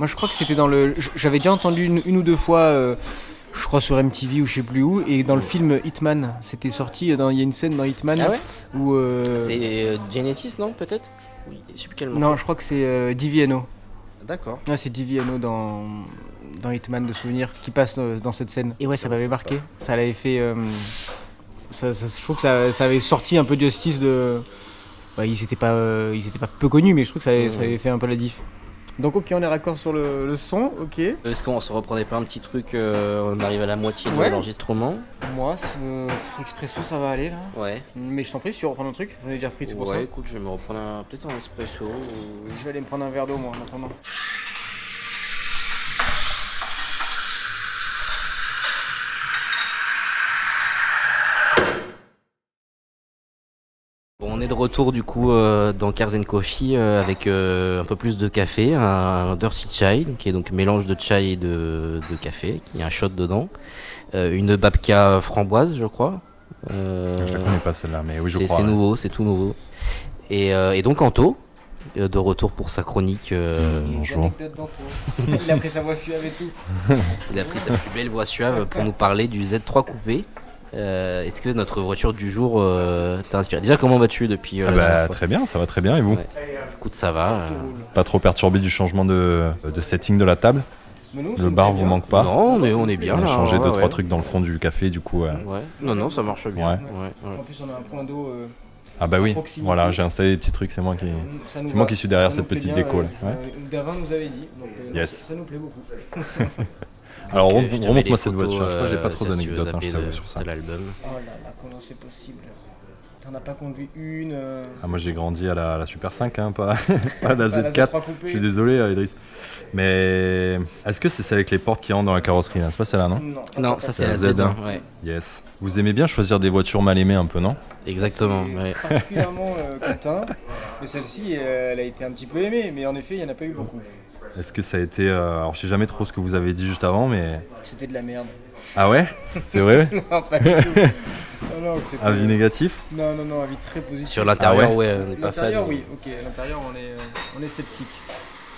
S2: Moi, je crois que c'était dans le... j- J'avais déjà entendu une, une ou deux fois, euh, je crois sur MTV ou je sais plus où, et dans le film Hitman, c'était sorti, euh, dans... il y a une scène dans Hitman
S1: Ah ouais
S2: où... euh,
S1: C'est euh, Genesis non peut-être Oui, je sais plus quel
S2: Non, je crois que c'est euh, Diviano.
S1: D'accord.
S2: Ouais, Ah, c'est Diviano dans... dans Hitman de souvenir qui passe euh, dans cette scène. Et ouais, ça m'avait marqué. Ça l'avait fait... euh, ça, ça- je trouve que ça, ça avait sorti un peu de Justice de... Bah, ils étaient pas, euh, ils étaient pas peu connus, mais je trouve que ça avait, ça avait fait un peu la diff. Donc ok, on est raccord sur le, le son, ok.
S1: Est-ce Euh, qu'on se reprenait pas un petit truc euh, On arrive à la moitié de
S2: Ouais.
S1: l'enregistrement.
S2: Moi, euh, expresso, ça va aller là.
S1: Ouais.
S2: Mais je t'en prie, si tu reprends un truc, j'en ai déjà repris, c'est pour
S1: ouais, écoute, je vais me reprendre un- peut-être un espresso. ou-
S2: ça. Je vais aller me prendre un verre d'eau, moi, en attendant.
S1: Bon, on est de retour du coup euh, dans Cars and Coffee euh, avec euh, un peu plus de café, un, un dirty chai qui est donc mélange de chai et de, de café, qui a un shot dedans, Euh, une babka framboise, je crois. Euh,
S4: Je la connais pas celle-là, mais oui, je
S1: C'est-
S4: crois.
S1: C'est
S4: ouais.
S1: nouveau, c'est tout nouveau. Et, euh, et donc Anto, euh, de retour pour sa chronique, euh,
S4: Bonjour.
S2: <laughs> Il a pris sa voix suave et tout.
S1: il a pris sa plus belle voix suave pour nous parler du Z3 coupé. Euh, Est-ce que notre voiture du jour euh, t'a inspiré Déjà, comment vas-tu depuis euh,
S4: Ah
S1: la dernière
S4: bah,
S1: fois
S4: très bien, ça va très bien. Et vous
S1: Ouais. Écoute, ça va. euh,
S4: Pas trop perturbé du changement de, de setting de la table Le bar vous manque pas
S1: Non, on est, on est
S4: On
S1: bien
S4: a
S1: là.
S4: changé
S1: ouais,
S4: deux,
S1: ouais.
S4: trois trucs dans le fond du café, du coup. euh,
S1: Ouais. Non, non, ça marche bien.
S4: Ouais.
S1: Ouais, ouais.
S2: En plus, on a un point d'eau. euh,
S4: Ah bah oui,
S2: Proximité.
S4: voilà, j'ai installé des petits trucs, c'est moi qui...
S2: ça nous
S4: C'est moi
S2: va,
S4: qui suis derrière
S2: ça
S4: cette
S2: nous plaît
S4: petite
S2: bien,
S4: déco,
S2: euh,
S4: là. Ouais.
S2: euh, Davin nous avait dit, donc euh,
S4: Yes.
S2: ça, ça nous plaît beaucoup. Oh
S4: Alors
S1: Ok,
S4: rem-
S1: je te mets les
S4: remonte-moi cette
S1: photos,
S4: voiture, je crois que j'ai
S1: euh,
S4: pas trop
S1: ça, si tu veux
S4: d'anecdotes, hein,
S1: zapper
S4: je t'avoue,
S1: de-
S4: sur ça.
S1: de l'album.
S2: Oh là là, comment c'est possible T'en as pas conduit une euh,
S4: Ah, moi j'ai grandi à la, la Super 5, hein, pas, <laughs> pas à la
S2: pas la
S4: Z4.
S2: Z3 coupée.
S4: Je suis désolé, euh, Idriss. Mais est-ce que c'est celle avec les portes qui rentrent dans la carrosserie là C'est pas celle-là, non
S2: Non,
S1: Non, ça c'est la
S4: Z1.
S1: Z1. Ouais.
S4: Yes. Vous aimez bien choisir des voitures mal aimées un peu, non
S1: Exactement.
S2: C'est
S1: Ouais.
S2: Particulièrement
S1: <laughs>
S2: euh, Quentin, mais celle-ci, euh, elle a été un petit peu aimée, mais en effet, il n'y en a pas eu beaucoup.
S4: Est-ce que ça a été... euh, Alors je sais jamais trop ce que vous avez dit juste avant, mais...
S2: C'était de la merde. <laughs>
S4: Ah ouais C'est vrai
S2: non, pas
S1: <laughs>
S2: du tout. Non, non, c'était- euh,
S4: Avis négatif
S2: Non, non, non, avis très positif.
S1: Sur l'intérieur,
S4: Ah ouais
S1: ouais, on n'est pas fan.
S2: L'intérieur, oui, ok, à l'intérieur, on est, euh, on est sceptique.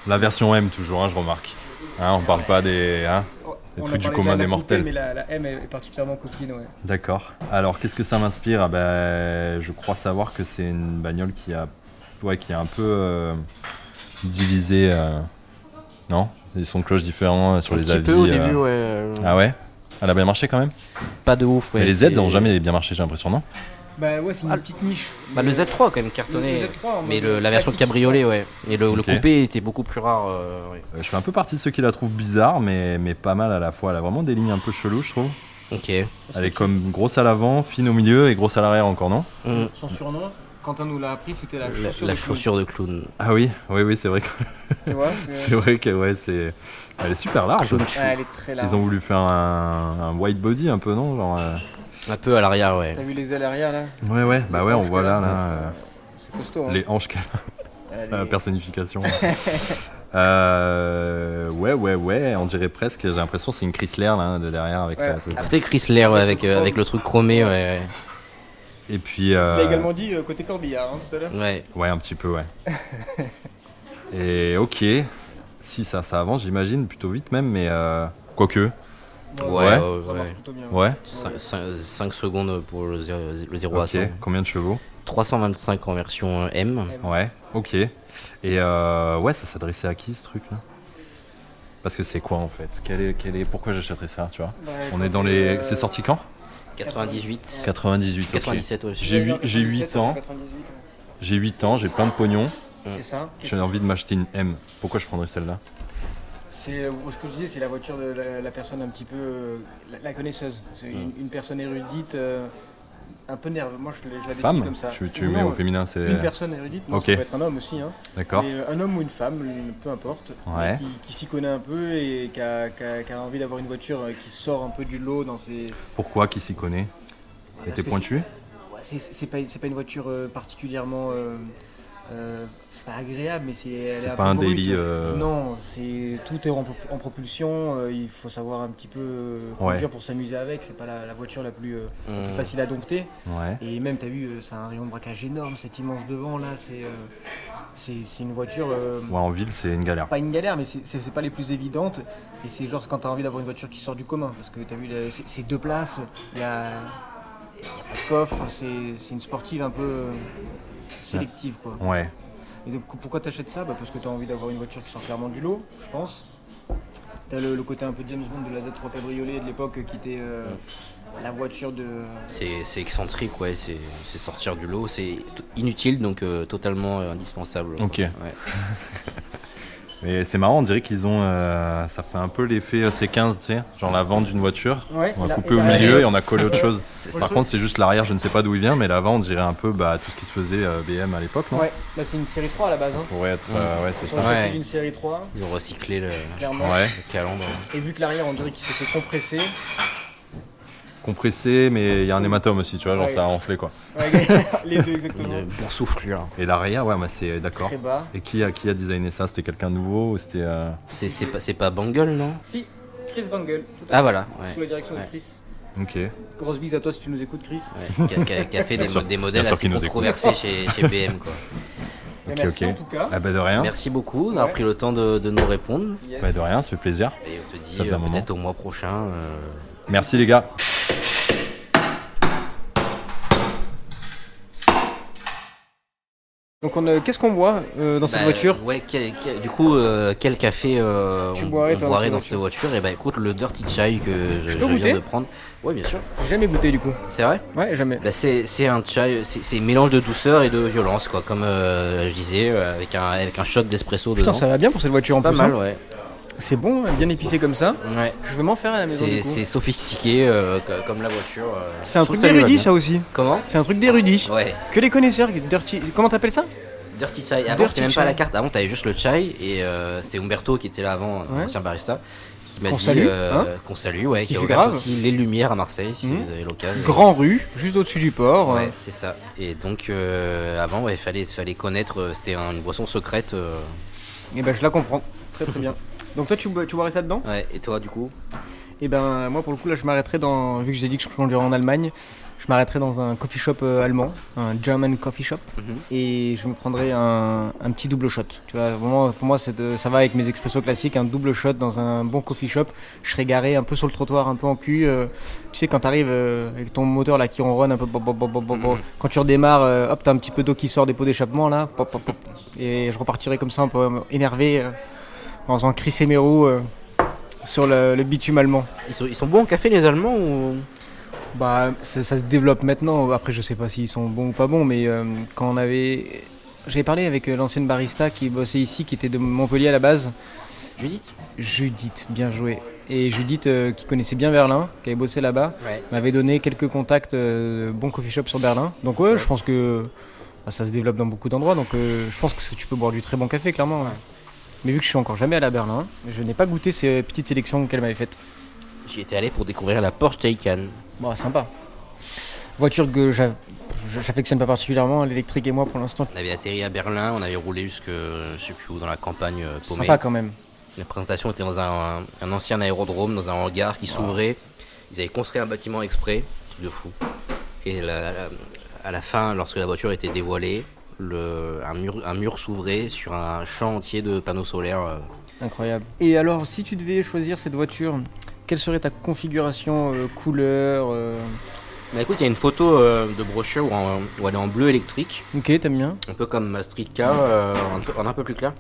S4: La version M toujours, hein, je remarque. Hein, on parle pas des... hein Les
S2: Oh, On a
S4: trucs du
S2: parlé de
S4: commun
S2: la
S4: des
S2: coupée,
S4: mortels.
S2: Mais la, la M est est particulièrement coquine, ouais.
S4: D'accord. Alors, qu'est-ce que ça m'inspire Ah ben, Je crois savoir que c'est une bagnole qui a, ouais, qui a un peu euh, divisé. euh, Non Ils sont de cloches différents euh, sur
S1: Un
S4: les
S1: petit
S4: avis.
S1: peu au
S4: euh.
S1: début, ouais. euh,
S4: Ah ouais Elle a bien marché quand même
S1: Pas de ouf, ouais.
S4: Mais les Z
S1: c'est-
S4: n'ont jamais bien marché, j'ai l'impression, non
S2: Bah ouais, c'est une
S1: Ah,
S2: petite niche.
S1: Bah, le
S2: mais-
S1: Z3 a quand même cartonné.
S2: Le Z3 en
S1: mais
S2: mode
S1: le- la version
S2: classique.
S1: cabriolet, ouais. Et le, le
S4: Ok.
S1: coupé était beaucoup plus rare. euh, ouais.
S4: Euh, Je fais un peu partie de ceux qui la trouvent bizarre, mais, mais pas mal à la fois. Elle a vraiment des lignes un peu cheloues, je trouve.
S1: Ok.
S4: Elle est comme grosse à l'avant, fine au milieu et grosse à l'arrière encore, non
S1: Mm.
S2: Son surnom, Quentin nous l'a appris, c'était la
S1: La,
S2: chaussure.
S1: la
S2: de clown.
S1: chaussure de clown.
S4: Ah oui, oui, oui, c'est vrai. que-
S2: Tu vois,
S4: C'est <laughs>
S2: c'est-
S4: vrai que ouais, c'est. Elle est super large.
S1: Clown chou.
S2: Ouais, elle est très large.
S4: Ils ont voulu faire un, un wide body un peu, non Genre, euh,
S1: Un peu à l'arrière, ouais.
S2: T'as vu les ailes arrière là
S4: Ouais, ouais, bah ouais, on
S2: hanches
S4: voit là,
S2: qu'elle a.
S4: là euh,
S2: C'est costaud. Hein.
S4: les hanches qu'elle
S2: Elle
S4: a, la
S2: est- <laughs>
S4: personnification. Euh, ouais, ouais, ouais, on dirait presque, j'ai l'impression que c'est une Chrysler là, de derrière avec
S2: Ouais. Ah.
S4: la- le-
S1: Côté Chrysler, ouais, avec, euh, avec le truc chromé, ouais.
S4: Et puis,
S2: Il a
S4: euh,
S2: également dit euh, côté corbillard hein, tout à l'heure.
S1: ouais. Ouais.
S4: ouais, un petit
S2: <laughs>
S4: peu, ouais. Et ok, si ça, ça avance, j'imagine, plutôt vite même, mais euh, quoique,
S1: Ouais, ouais,
S4: Ouais.
S2: Ça marche
S1: ouais.
S2: plutôt bien.
S4: ouais.
S1: 5 secondes pour le 0, à
S4: Ok,
S1: 100.
S4: combien de chevaux
S1: 325 en version euh, M.
S4: Ouais, ok. Et euh, ouais, ça s'adressait à qui ce truc là Parce que c'est quoi en fait quel est, quel est, Pourquoi j'achèterais ça, tu vois
S2: Bah,
S4: On est dans les. C'est sorti quand
S1: 98.
S4: 98. ok.
S1: 97 aussi.
S4: J'ai huit- j'ai huit
S2: 97,
S4: ans. Mm.
S2: 98, ouais.
S4: J'ai 8 ans, j'ai plein de pognon,
S2: C'est ça.
S4: j'ai envie de m'acheter une M. Pourquoi je prendrais celle-là
S2: C'est euh, ce que je disais, c'est la voiture de la, la personne un petit peu euh, la, la connaisseuse. C'est une,
S4: Mm.
S2: une personne érudite, euh, un peu nerveux. Moi, je, l'ai- je l'avais
S4: Femme
S2: comme ça.
S4: Tu, tu
S2: Non,
S4: mets au
S2: euh,
S4: féminin, c'est.
S2: Une personne érudite, non,
S4: Ok.
S2: ça peut être un homme aussi. Hein.
S4: D'accord.
S2: Mais, euh, un homme ou une femme, le- peu importe,
S4: Ouais.
S2: mais qui, qui s'y connaît un peu et qui a, qui a- qui a envie d'avoir une voiture euh, qui sort un peu du lot dans ses.
S4: Pourquoi Qui s'y connaît Et
S2: parce
S4: t'es
S2: que
S4: pointu
S2: Ouais, c'est- C'est c'est pas, c'est pas une voiture euh, particulièrement. euh, euh, c'est pas agréable, mais c'est. elle est
S4: C'est
S2: peu
S4: pas un
S2: brute.
S4: daily, euh,
S2: Non, c'est tout est en, en propulsion. euh, il faut savoir un petit peu euh, conduire
S4: Ouais.
S2: pour s'amuser avec. C'est pas la, la voiture la plus, euh,
S1: Hmm.
S2: plus facile à dompter.
S4: Ouais.
S2: Et même, t'as vu, euh, ça a un rayon de braquage énorme. Cet immense devant là, c'est euh, c'est c'est une voiture. euh,
S4: Ouais, en ville, c'est une galère.
S2: pas une galère, mais c'est- c'est c'est pas les plus évidentes. Et c'est genre quand t'as envie d'avoir une voiture qui sort du commun. Parce que t'as vu, la- c'est c'est deux places, il y a, y a pas de coffre, c'est c'est une sportive un peu euh, sélective quoi.
S4: Ouais.
S2: Et donc pourquoi t'achètes ça bah, Parce que t'as envie d'avoir une voiture qui sort clairement du lot, je pense. T'as le, le côté un peu James Bond de la Z3 cabriolet de l'époque euh, qui était euh, la voiture de.
S1: C'est c'est excentrique, ouais, c'est c'est sortir du lot, c'est t- inutile donc euh, totalement euh, indispensable. quoi.
S4: Ok.
S1: Ouais.
S4: Mais c'est marrant, on dirait qu'ils ont. euh, ça fait un peu l'effet euh, C15, tu sais. Genre la vente d'une voiture.
S2: Ouais, et
S4: on a
S2: la-
S4: coupé
S2: et
S4: au
S2: la-
S4: milieu et on a collé
S2: <laughs>
S4: autre chose.
S1: C'est
S4: Par
S1: ça.
S4: contre, c'est juste l'arrière, je ne sais pas d'où il vient, mais l'avant, on dirait un peu bah, tout ce qui se faisait euh, BM à l'époque, non
S2: Ouais, là c'est une série 3 à la base. Hein.
S4: Pourrait être. euh, ouais, c'est
S2: Son
S4: ça.
S1: Ouais.
S2: châssis d'une série 3,
S1: Ils ont recyclé le,
S2: clairement.
S4: Ouais.
S1: le calandre. hein.
S2: Et vu que l'arrière on dirait qu'il s'est fait compresser.
S4: Compressé, mais il y a un hématome aussi, tu vois, genre
S2: Ouais.
S4: ça a enflé quoi.
S2: Ouais, les deux exactement.
S1: Une boursouflure.
S4: Et l'arrière, ouais, bah, c'est d'accord.
S2: Très bas.
S4: Et qui a, qui a designé ça C'était quelqu'un de nouveau ou c'était. euh,
S1: C'est c'est pas, c'est pas Bangle, non
S2: Si, Chris Bangle, tout à
S1: Ah voilà,
S2: fait,
S1: ouais.
S2: sous la direction
S1: Ouais.
S2: de Chris.
S4: Ok.
S2: Grosse bise à toi si tu nous écoutes, Chris.
S1: Ouais, qui a, qui a- qui a fait des, mo- des modèles
S4: sûr
S1: assez
S4: qu'il nous écoute.
S1: controversés chez, chez BM. Quoi.
S2: Mais
S4: Ok,
S2: merci
S4: ok.
S2: en tout cas.
S4: Ah bah de
S1: <laughs>
S4: rien.
S1: Merci beaucoup d'avoir
S2: Ouais.
S1: pris le temps de, de nous répondre.
S2: Yes.
S4: Bah de rien, ça fait plaisir.
S1: Et on te dit
S4: Ça faisait
S1: euh,
S4: un moment.
S1: peut-être au mois prochain. euh,
S4: Merci les gars.
S2: Donc on, euh, qu'est-ce qu'on boit euh, dans cette
S1: Bah,
S2: voiture
S1: Ouais, quel- quel- du coup, euh, quel café euh,
S2: Tu
S1: on,
S2: boirais,
S1: on
S2: toi, dans
S1: boirait
S2: cette
S1: dans cette voiture Et bah écoute, le Dirty Chai que je,
S2: Je peux
S1: je
S2: goûter
S1: viens de prendre. Ouais, bien sûr.
S2: J'ai Jamais goûté du coup.
S1: C'est vrai
S2: Ouais, jamais.
S1: Bah, c'est, c'est un chai, c'est, c'est mélange de douceur et de violence, quoi. Comme euh, je disais, euh, avec un, avec un shot d'espresso
S2: Putain,
S1: dedans.
S2: ça va bien pour cette voiture
S1: c'est
S2: en
S1: pas
S2: plus.
S1: mal,
S2: hein.
S1: ouais.
S2: C'est bon, hein, bien épicé comme ça.
S1: ouais.
S2: Je vais m'en faire à la maison.
S1: C'est,
S2: Ah, du coup.
S1: c'est sophistiqué euh, co- comme la voiture. euh.
S2: C'est un
S1: Je trouve
S2: truc
S1: ça lui va
S2: d'érudit
S1: bien.
S2: ça aussi.
S1: Comment
S2: C'est un truc d'érudit.
S1: Ouais.
S2: Que les connaisseurs, dirty. Comment t'appelles ça
S1: Dirty Chai. Avant,
S2: Dirty
S1: c'était même pas
S2: chai.
S1: la carte. Avant, t'avais juste le chai. Et euh, c'est Umberto qui était là avant,
S2: Ouais.
S1: ancien barista, qui m'a
S2: Qu'on
S1: dit
S2: salue,
S1: euh,
S2: hein.
S1: qu'on salue, ouais, qui
S2: fait
S1: regarde
S2: grave. Mmh.
S1: aussi les lumières à Marseille, si vous avez l'occasion.
S2: Grand Rue, juste au-dessus du port.
S1: Ouais, c'est ça. Et donc, euh, avant, ouais, fallait, fallait connaître. euh, C'était un- une boisson secrète. euh.
S2: Et ben je la comprends. Très très bien. Donc toi tu, bo- tu boirais ça dedans
S1: Ouais. Et toi, du coup
S2: Et ben moi pour le coup là je m'arrêterai dans vu que j'ai dit que je conduirais en Allemagne, je m'arrêterai dans un coffee shop euh, allemand, un German coffee shop
S1: Mhm.
S2: et je me prendrai un, un petit double shot. Tu vois vraiment pour moi c'est de- ça va avec mes expressos classiques un double shot dans un bon coffee shop. Je serai garé un peu sur le trottoir, un peu en cul. euh, tu sais quand t'arrives euh, avec ton moteur là qui ronronne un peu bop, bop, bop, bop, bop, bop. quand tu redémarres euh, hop t'as un petit peu d'eau qui sort des pots d'échappement là pop, pop, pop. et je repartirai comme ça un peu euh, énervé euh, en faisant crisser mes roues euh, sur le- le bitume allemand.
S1: ils sont, ils sont bons en café, les Allemands ou...
S2: Bah, ça, ça se développe maintenant. Après, je sais pas s'ils sont bons ou pas bons, mais euh, quand on avait. J'avais parlé avec euh, l'ancienne barista qui bossait ici, qui était de Montpellier à la base,
S1: Judith
S2: Judith, bien joué. Et Judith, euh, qui connaissait bien Berlin, qui avait bossé là-bas,
S1: Ouais.
S2: m'avait donné quelques contacts euh, bons coffee shop sur Berlin. Donc, ouais, je pense que bah, ça se développe dans beaucoup d'endroits. Donc, euh, je pense que tu peux boire du très bon café, clairement. ouais. Mais vu que je suis encore jamais allé à Berlin, je n'ai pas goûté ces petites sélections qu'elle m'avait faites.
S1: J'y étais allé pour découvrir la Porsche Taycan.
S2: Bon, Bah, sympa. Voiture que j'a- je- j'affectionne pas particulièrement, l'électrique et moi pour l'instant.
S1: On avait atterri à Berlin, on avait roulé jusque, euh, je sais plus où, dans la campagne euh, paumée.
S2: Sympa quand même.
S1: La présentation était dans un, un ancien aérodrome, dans un hangar qui s'ouvrait. Ils avaient construit un bâtiment exprès, truc de fou. Et la- la- à la fin, lorsque la voiture était dévoilée, le, un mur, un mur s'ouvrait sur un champ entier de panneaux solaires. euh.
S2: Incroyable. Et alors, si tu devais choisir cette voiture, quelle serait ta configuration euh, couleur euh,
S1: Mais écoute, il y a une photo euh, de brochure où, en- où elle est en bleu électrique,
S2: Ok, t'aimes bien
S1: un peu comme ma Streetcar, euh, un, peu, en un peu plus clair.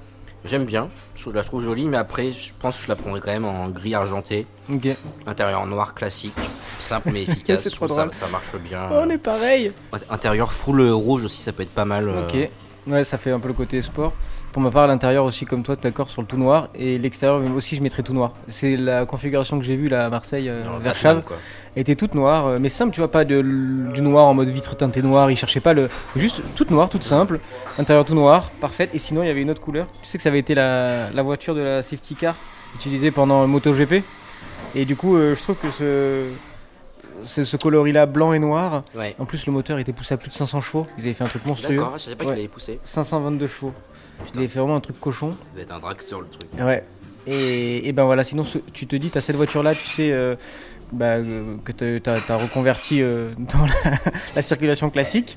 S1: J'aime bien, je la trouve jolie, mais après, je pense que je la prendrais quand même en gris argenté,
S2: Ok.
S1: intérieur noir classique, simple
S2: <laughs>
S1: mais efficace.
S2: C'est
S1: je
S2: trop
S1: trouve ça,
S2: drôle.
S1: ça marche bien.
S2: Oh, on est pareil
S1: Int- Intérieur full euh, rouge aussi, ça peut être pas mal. euh.
S2: Ok. Ouais, ça fait un peu le côté sport. Pour ma part, l'intérieur aussi, comme toi, t'es d'accord sur le tout noir. Et l'extérieur aussi, je mettrais tout noir. C'est la configuration que j'ai vue là à Marseille, euh,
S1: Alors, Batman,
S2: vers Chaves.
S1: quoi.
S2: était toute noire, euh, mais simple, tu vois, pas de, du noir en mode vitre teintée noire, il cherchait pas le. Juste toute noire, toute simple, intérieur tout noir, parfaite, et sinon il y avait une autre couleur. Tu sais que ça avait été la, la voiture de la safety car utilisée pendant MotoGP, et du coup euh, je trouve que ce, ce, ce coloris-là blanc et noir,
S1: Ouais.
S2: en plus le moteur était poussé à plus de 500 chevaux, ils avaient fait un truc monstrueux.
S1: D'accord, je savais pas
S2: Ouais.
S1: qu'il allait pousser.
S2: 522 chevaux, ils avaient fait vraiment un truc cochon.
S1: Ça devait être un dragster le truc.
S2: Ouais. Et, et ben voilà, sinon ce- tu te dis, t'as cette voiture-là, tu sais, euh, bah, euh, que te- t'as t'as reconverti euh, <laughs> dans la, la circulation classique.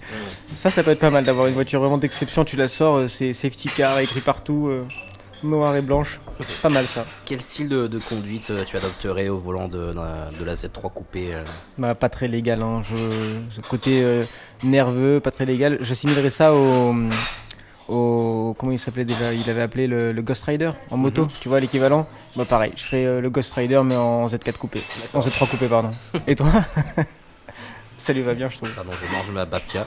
S2: Ça, ça peut être pas mal d'avoir une voiture vraiment d'exception. Tu la sors, euh, c'est safety car écrit partout, euh, noir et blanche. Pas mal ça.
S1: Quel style de, de conduite euh, tu adopterais au volant de, de, de la Z3 coupée euh
S2: Bah, pas très légal, hein. Je, ce côté euh, nerveux, pas très légal. J'assimilerais ça au. au comment il s'appelait déjà Il avait appelé le, le Ghost Rider en moto, tu vois l'équivalent Bah, pareil, je ferais euh, le Ghost Rider mais en Z4 coupé. En Z3 coupé, pardon. Et toi <laughs> Ça lui va bien, je trouve.
S1: Pardon, je mange ma babka.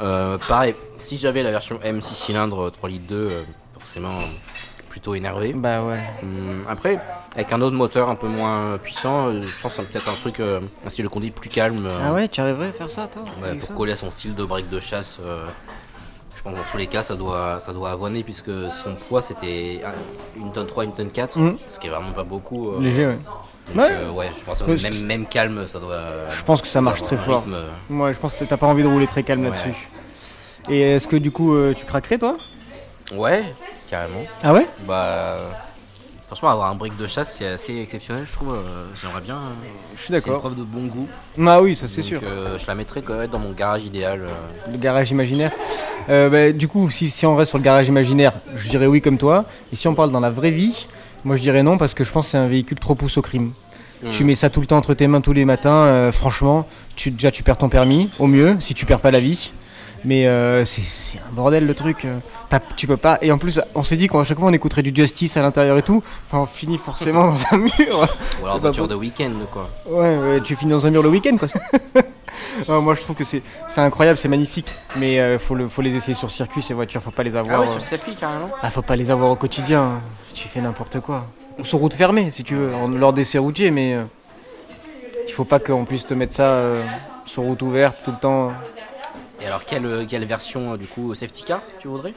S1: Euh, pareil, si j'avais la version M 6 cylindres euh, 3 litres 2, euh, forcément euh, plutôt énervé.
S2: Bah, ouais.
S1: Hum, après, avec un autre moteur un peu moins puissant, euh, je pense que c'est peut-être un truc, euh, un style de conduite plus calme. euh,
S2: Ah ouais, tu arriverais à faire ça, toi
S1: Ouais,
S2: avec
S1: pour
S2: ça
S1: coller à son style de break de chasse, euh, je pense que dans tous les cas, ça doit, ça doit avoiner puisque son poids c'était euh, une tonne 3, une tonne 4,
S2: Mhm.
S1: ce qui est vraiment pas beaucoup. euh,
S2: Léger, ouais.
S1: donc,
S2: Ouais.
S1: euh, ouais, je pense que
S2: Ouais,
S1: même,
S2: c'est-
S1: même calme, ça doit.
S2: Je pense que ça marche
S1: doit
S2: très
S1: avoir un
S2: fort.
S1: rythme, euh,
S2: Ouais, je pense que t'as pas envie de rouler très calme
S1: Ouais.
S2: là-dessus. Et est-ce que du coup, euh, tu craquerais, toi
S1: Ouais, carrément.
S2: Ah ouais
S1: Bah, euh, franchement, avoir un break de chasse, c'est assez exceptionnel, je trouve. euh, J'aimerais bien. euh,
S2: Je suis d'accord.
S1: C'est une preuve de bon goût.
S2: Ah oui, ça c'est
S1: Donc,
S2: sûr.
S1: euh, je la mettrais quand même dans mon garage idéal. euh,
S2: Le garage imaginaire. Euh, bah, du coup, si, si on reste sur le garage imaginaire, je dirais oui comme toi. Et si on parle dans la vraie vie, moi je dirais non parce que je pense que c'est un véhicule trop pousse au crime. Tu mets ça tout le temps entre tes mains tous les matins, euh, franchement, tu, déjà tu perds ton permis, au mieux, si tu perds pas la vie. Mais euh, c'est- c'est un bordel le truc. euh. T'as- Tu peux pas. Et en plus, on s'est dit qu'à chaque fois on écouterait du Justice à l'intérieur et tout. Enfin, on finit forcément dans un mur.
S1: Ou alors
S2: pas
S1: voiture
S2: bon.
S1: de week-end, quoi.
S2: Ouais, ouais, tu finis dans un mur le week-end, <laughs> quoi. Ah, moi, je trouve que c'est c'est incroyable, c'est magnifique. Mais euh, faut, le, faut les essayer sur circuit, ces voitures, faut pas les avoir. euh,
S1: circuit carrément
S2: ah, faut pas les avoir au quotidien. Tu fais n'importe quoi. Ou sur route fermée, si tu veux, en- lors d'essais routiers, mais euh, il faut pas qu'on puisse te mettre ça euh, sur route ouverte tout le temps.
S1: Et alors, quelle, euh, quelle version, euh, du coup, safety car, tu voudrais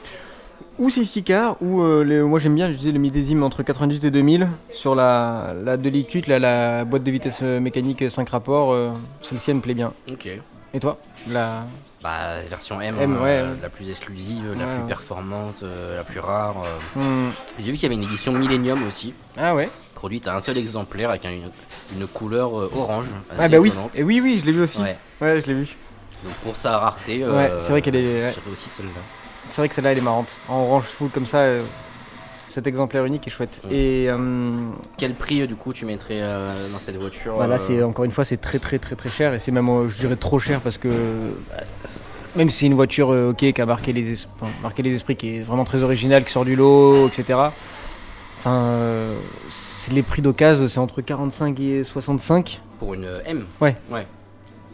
S2: Ou safety car, ou euh, les- moi j'aime bien, je disais le millésime entre 98 et 2000 sur la, la 2 litres 8, là, la boîte de vitesse euh, mécanique 5 rapports, euh, celle-ci elle me plaît bien.
S1: Ok.
S2: Et toi la...
S1: Bah, version M,
S2: M,
S1: euh,
S2: ouais, ouais.
S1: la plus exclusive, la
S2: Ouais,
S1: plus
S2: ouais.
S1: performante, euh, la plus rare. euh.
S2: Hmm.
S1: J'ai vu qu'il y avait une édition Millennium aussi,
S2: Ah ouais
S1: produite à un seul exemplaire avec un- une, une couleur euh, orange. Assez
S2: Ah bah oui,
S1: étonnante.
S2: et oui, oui, je l'ai vu aussi. Ouais,
S1: Ouais.
S2: je l'ai vu.
S1: Donc pour sa rareté, euh,
S2: Ouais, c'est vrai qu'elle est- ouais.
S1: j'avais aussi celle-là.
S2: C'est vrai que celle-là elle est marrante. En orange full comme ça, euh, cet exemplaire unique est chouette.
S1: Mm.
S2: Et euh,
S1: Quel prix euh, du coup tu mettrais euh, dans cette voiture
S2: Voilà,
S1: euh,
S2: c'est encore une fois, c'est très très très très cher et c'est même, euh, je dirais, trop cher parce que bah, c'est- même si c'est une voiture euh, ok qui a marqué les, es- enfin, marqué les esprits, qui est vraiment très originale, qui sort du lot, etc. Enfin, euh, c'est- les prix d'occasion, c'est entre 45 et 65.
S1: pour une euh, M
S2: Ouais.
S1: Ouais.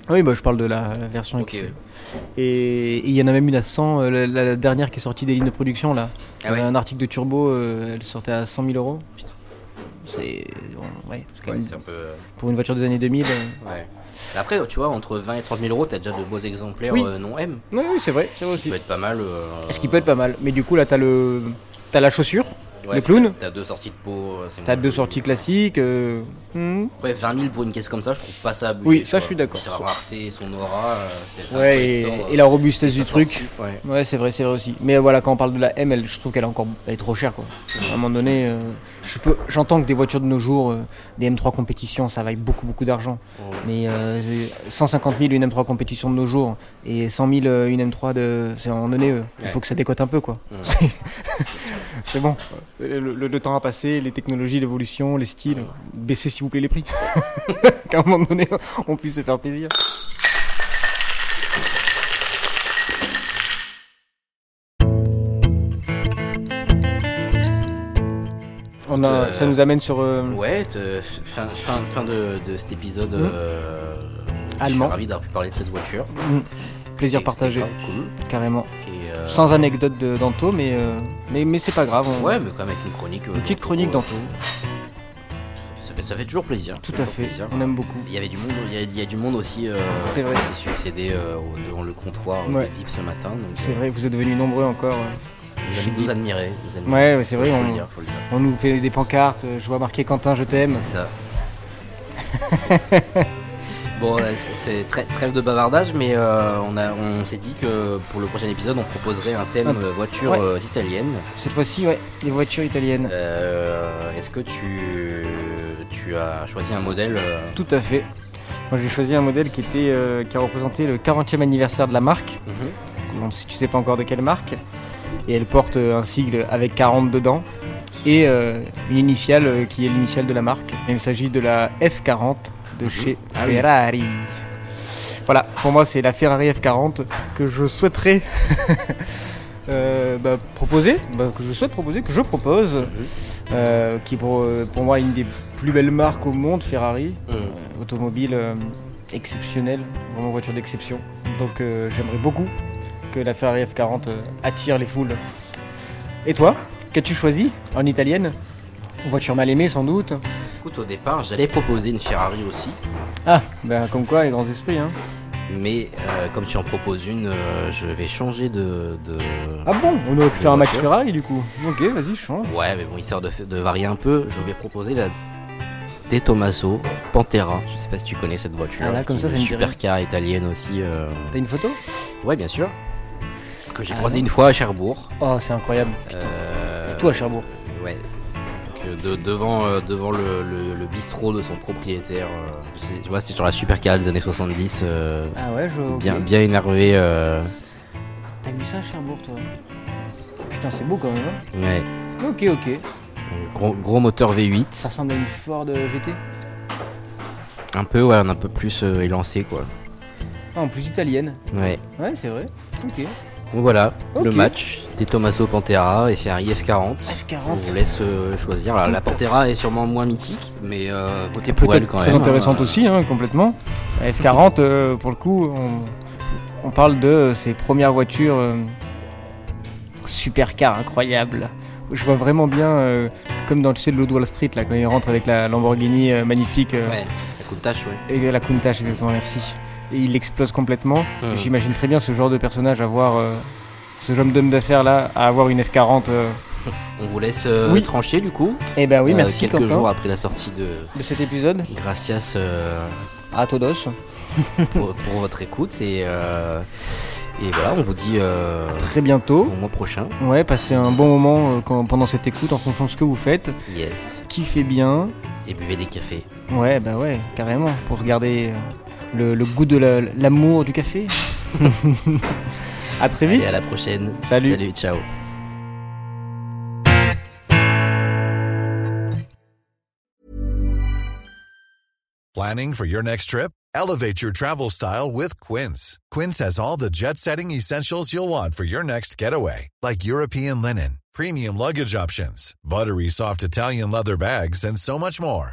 S2: Ah Oui, bah, je parle de la, la version
S1: Ok,
S2: X.
S1: ouais.
S2: Et il y en a même une à 100, euh, la, la dernière qui est sortie des lignes de production là.
S1: Ah ouais.
S2: Un article de Turbo, euh, elle sortait à 100 000 euros. C'est on- ouais, c'est quand
S1: Ouais,
S2: même-
S1: c'est un peu. euh,
S2: pour une voiture des années 2000. euh,
S1: ouais. Après, tu vois, entre 20 et 30 000 euros, t'as déjà de beaux exemplaires
S2: Oui.
S1: euh, non M.
S2: Oui, oui, c'est vrai, c'est vrai
S1: Ce qui
S2: aussi.
S1: peut être pas mal. euh,
S2: Ce qui peut être pas mal. Mais du coup, là, t'as le, t'as la chaussure,
S1: ouais,
S2: le clown.
S1: T'as t'as deux sorties de peau. euh, c'est
S2: T'as
S1: bon.
S2: deux sorties classiques. euh, hmm.
S1: Après, 20 000 pour une caisse comme ça, je trouve pas ça abusé.
S2: Oui,
S1: tu
S2: ça,
S1: vois.
S2: je suis d'accord.
S1: Sa rareté, son aura, euh, c'est un
S2: Ouais, et,
S1: collector, euh,
S2: et la robustesse
S1: sa
S2: du truc.
S1: sortie, ouais.
S2: Ouais, c'est vrai, c'est vrai aussi. Mais voilà, quand on parle de la M, elle, je trouve qu'elle est encore elle est trop chère. Quoi. À un moment donné, euh, je peux, j'entends que des voitures de nos jours, euh, des M3 compétitions, ça vaille beaucoup, beaucoup d'argent.
S1: Ouais.
S2: Mais euh, c'est 150 000 une M3 compétition de nos jours et 100 000 euh, une M3 de. C'est à un moment donné, euh, il
S1: Ouais.
S2: faut que ça décote un peu quoi.
S1: Ouais.
S2: C'est- <laughs> C'est bon. Le, le- le temps a passé, les technologies, l'évolution, les styles. Baissez s'il vous plaît les prix. Qu'à un moment donné, on puisse se faire plaisir. On a,
S1: Euh,
S2: ça nous amène sur euh,
S1: Ouais, te- fin, fin, fin de, de cet épisode. euh, Je
S2: Mm. Allemand.
S1: suis ravi d'avoir pu parler de cette voiture.
S2: plaisir
S1: C'était-
S2: partagé,
S1: c'était grave Cool.
S2: carrément.
S1: Et, euh,
S2: Sans anecdote de Danto, mais, euh, mais, mais c'est pas grave. on-
S1: Ouais, mais quand même avec une chronique. euh,
S2: Une petite chronique Danto,
S1: Ça fait, ça fait toujours plaisir.
S2: tout à
S1: toujours
S2: fait.
S1: plaisir.
S2: On aime beaucoup.
S1: Il y avait du monde, il y a, il y a du monde aussi. euh,
S2: C'est vrai.
S1: qui s'est succédé euh, au- devant le comptoir euh,
S2: Ouais.
S1: des types ce matin. Donc, euh,
S2: C'est vrai, vous êtes devenus nombreux encore. euh.
S1: Je vous admirer. Vous admirer.
S2: Ouais, ouais, c'est vrai,
S1: Faut
S2: on-
S1: le dire, faut le dire.
S2: On nous fait des pancartes, euh, je vois marqué Quentin, je t'aime.
S1: C'est
S2: <laughs>
S1: ça. bon, euh, c'est- c'est très trêve de bavardage, mais euh, on, a- on s'est dit que pour le prochain épisode, on proposerait un thème
S2: Ah,
S1: euh, voiture
S2: ouais.
S1: euh, italienne.
S2: Cette fois-ci, ouais, les voitures italiennes.
S1: Euh, Est-ce que tu, tu as choisi un modèle euh,
S2: Tout à fait. Moi, j'ai choisi un modèle qui, était, euh, qui a représenté le 40e anniversaire de la marque.
S1: mhm.
S2: Bon, si tu sais pas encore de quelle marque. Et elle porte euh, un sigle avec 40 dedans et euh, une initiale euh, qui est l'initiale de la marque. Et il s'agit de la F40 de chez
S1: Ah oui.
S2: Ferrari. Voilà, pour moi c'est la Ferrari F40 que je souhaiterais <laughs> euh, bah, proposer, bah, que je souhaite proposer, que je propose,
S1: Mhm.
S2: euh, qui est pour, euh, pour moi une des plus belles marques au monde, Ferrari
S1: Mhm.
S2: automobile euh, exceptionnelle, vraiment voiture d'exception. Donc euh, j'aimerais beaucoup que la Ferrari F40 euh, attire les foules. Et toi, qu'as-tu choisi en italienne Voiture mal aimée sans doute.
S1: Écoute, au départ, j'allais proposer une Ferrari aussi,
S2: Ah, ben comme quoi les grands esprits. Hein.
S1: mais euh, comme tu en proposes une, euh, je vais changer de. de-
S2: Ah bon, on aurait pu
S1: Les
S2: faire un match
S1: voitures.
S2: Ferrari du coup. Ok, vas-y, change.
S1: Ouais, mais bon, histoire de, de varier un peu, je vais proposer la De Tomaso Pantera. Je sais pas si tu connais cette voiture.
S2: Ah là, comme
S1: qui
S2: ça,
S1: est
S2: ça
S1: une
S2: me dit rien.
S1: supercar italienne aussi. euh,
S2: T'as une photo
S1: Ouais, bien sûr. Que j'ai
S2: Ah
S1: croisée
S2: non.
S1: une fois à Cherbourg.
S2: Oh, c'est incroyable.
S1: Euh,
S2: Tout à Cherbourg.
S1: Ouais. Donc, euh, de- devant euh, devant le, le- le bistrot de son propriétaire. euh, c'est- tu vois, c'est genre la supercar des années 70. euh,
S2: Ah ouais, je. ok.
S1: bien, bien énervé. euh,
S2: T'as vu ça à Cherbourg toi Putain, c'est beau quand même. hein.
S1: ouais.
S2: ok, ok.
S1: Donc, Gros, gros moteur V8.
S2: Ça ressemble à une Ford GT.
S1: Un peu, ouais, on a un peu plus euh, élancé, euh, quoi.
S2: Ah, en plus italienne.
S1: Ouais.
S2: Ouais, c'est vrai. Ok.
S1: Donc voilà, le
S2: Ok.
S1: match des Tommaso Pantera et Ferrari F40.
S2: F40.
S1: On vous laisse euh, choisir. Alors, la Pantera est sûrement moins mythique, mais euh, votez pour elle
S2: Peut-être
S1: quand
S2: très
S1: même.
S2: intéressante aussi, hein, complètement. La F40, euh, pour le coup, on, on parle de euh, ses premières voitures euh, supercars incroyables. Je vois vraiment bien, euh, comme dans le ciel de Lord Wall Street, là, quand il rentre avec la Lamborghini euh, magnifique euh,
S1: Ouais, la coup de tâche, ouais.
S2: et la Countach, exactement, merci. Et il explose complètement.
S1: Hmm.
S2: J'imagine très bien ce genre de personnage avoir, euh, ce jeune d'homme d'affaires là, à avoir une F40. euh.
S1: On vous laisse euh,
S2: Oui.
S1: trancher du coup.
S2: Eh ben oui,
S1: Euh,
S2: merci
S1: Quelques
S2: Quentin,
S1: jours après la sortie de
S2: de cet épisode.
S1: Gracias euh,
S2: À Todos.
S1: pour, pour votre écoute et, euh, et voilà, on vous dit euh,
S2: Très bientôt.
S1: au mois prochain.
S2: Ouais, passez un bon moment euh, quand- pendant cette écoute en fonction de ce que vous faites.
S1: Yes.
S2: Kiffez bien.
S1: Et buvez des cafés.
S2: Ouais, bah ouais, carrément, pour garder euh, le, le goût de la- l'amour
S1: <laughs>
S2: du café. à très vite.
S1: Et à la prochaine.
S2: Salut.
S1: Salut, ciao.
S5: Planning for your next trip? Elevate your travel style with Quince. Quince has all the jet setting essentials you'll want for your next getaway, like European linen, premium luggage options, buttery soft Italian leather bags, and so much more.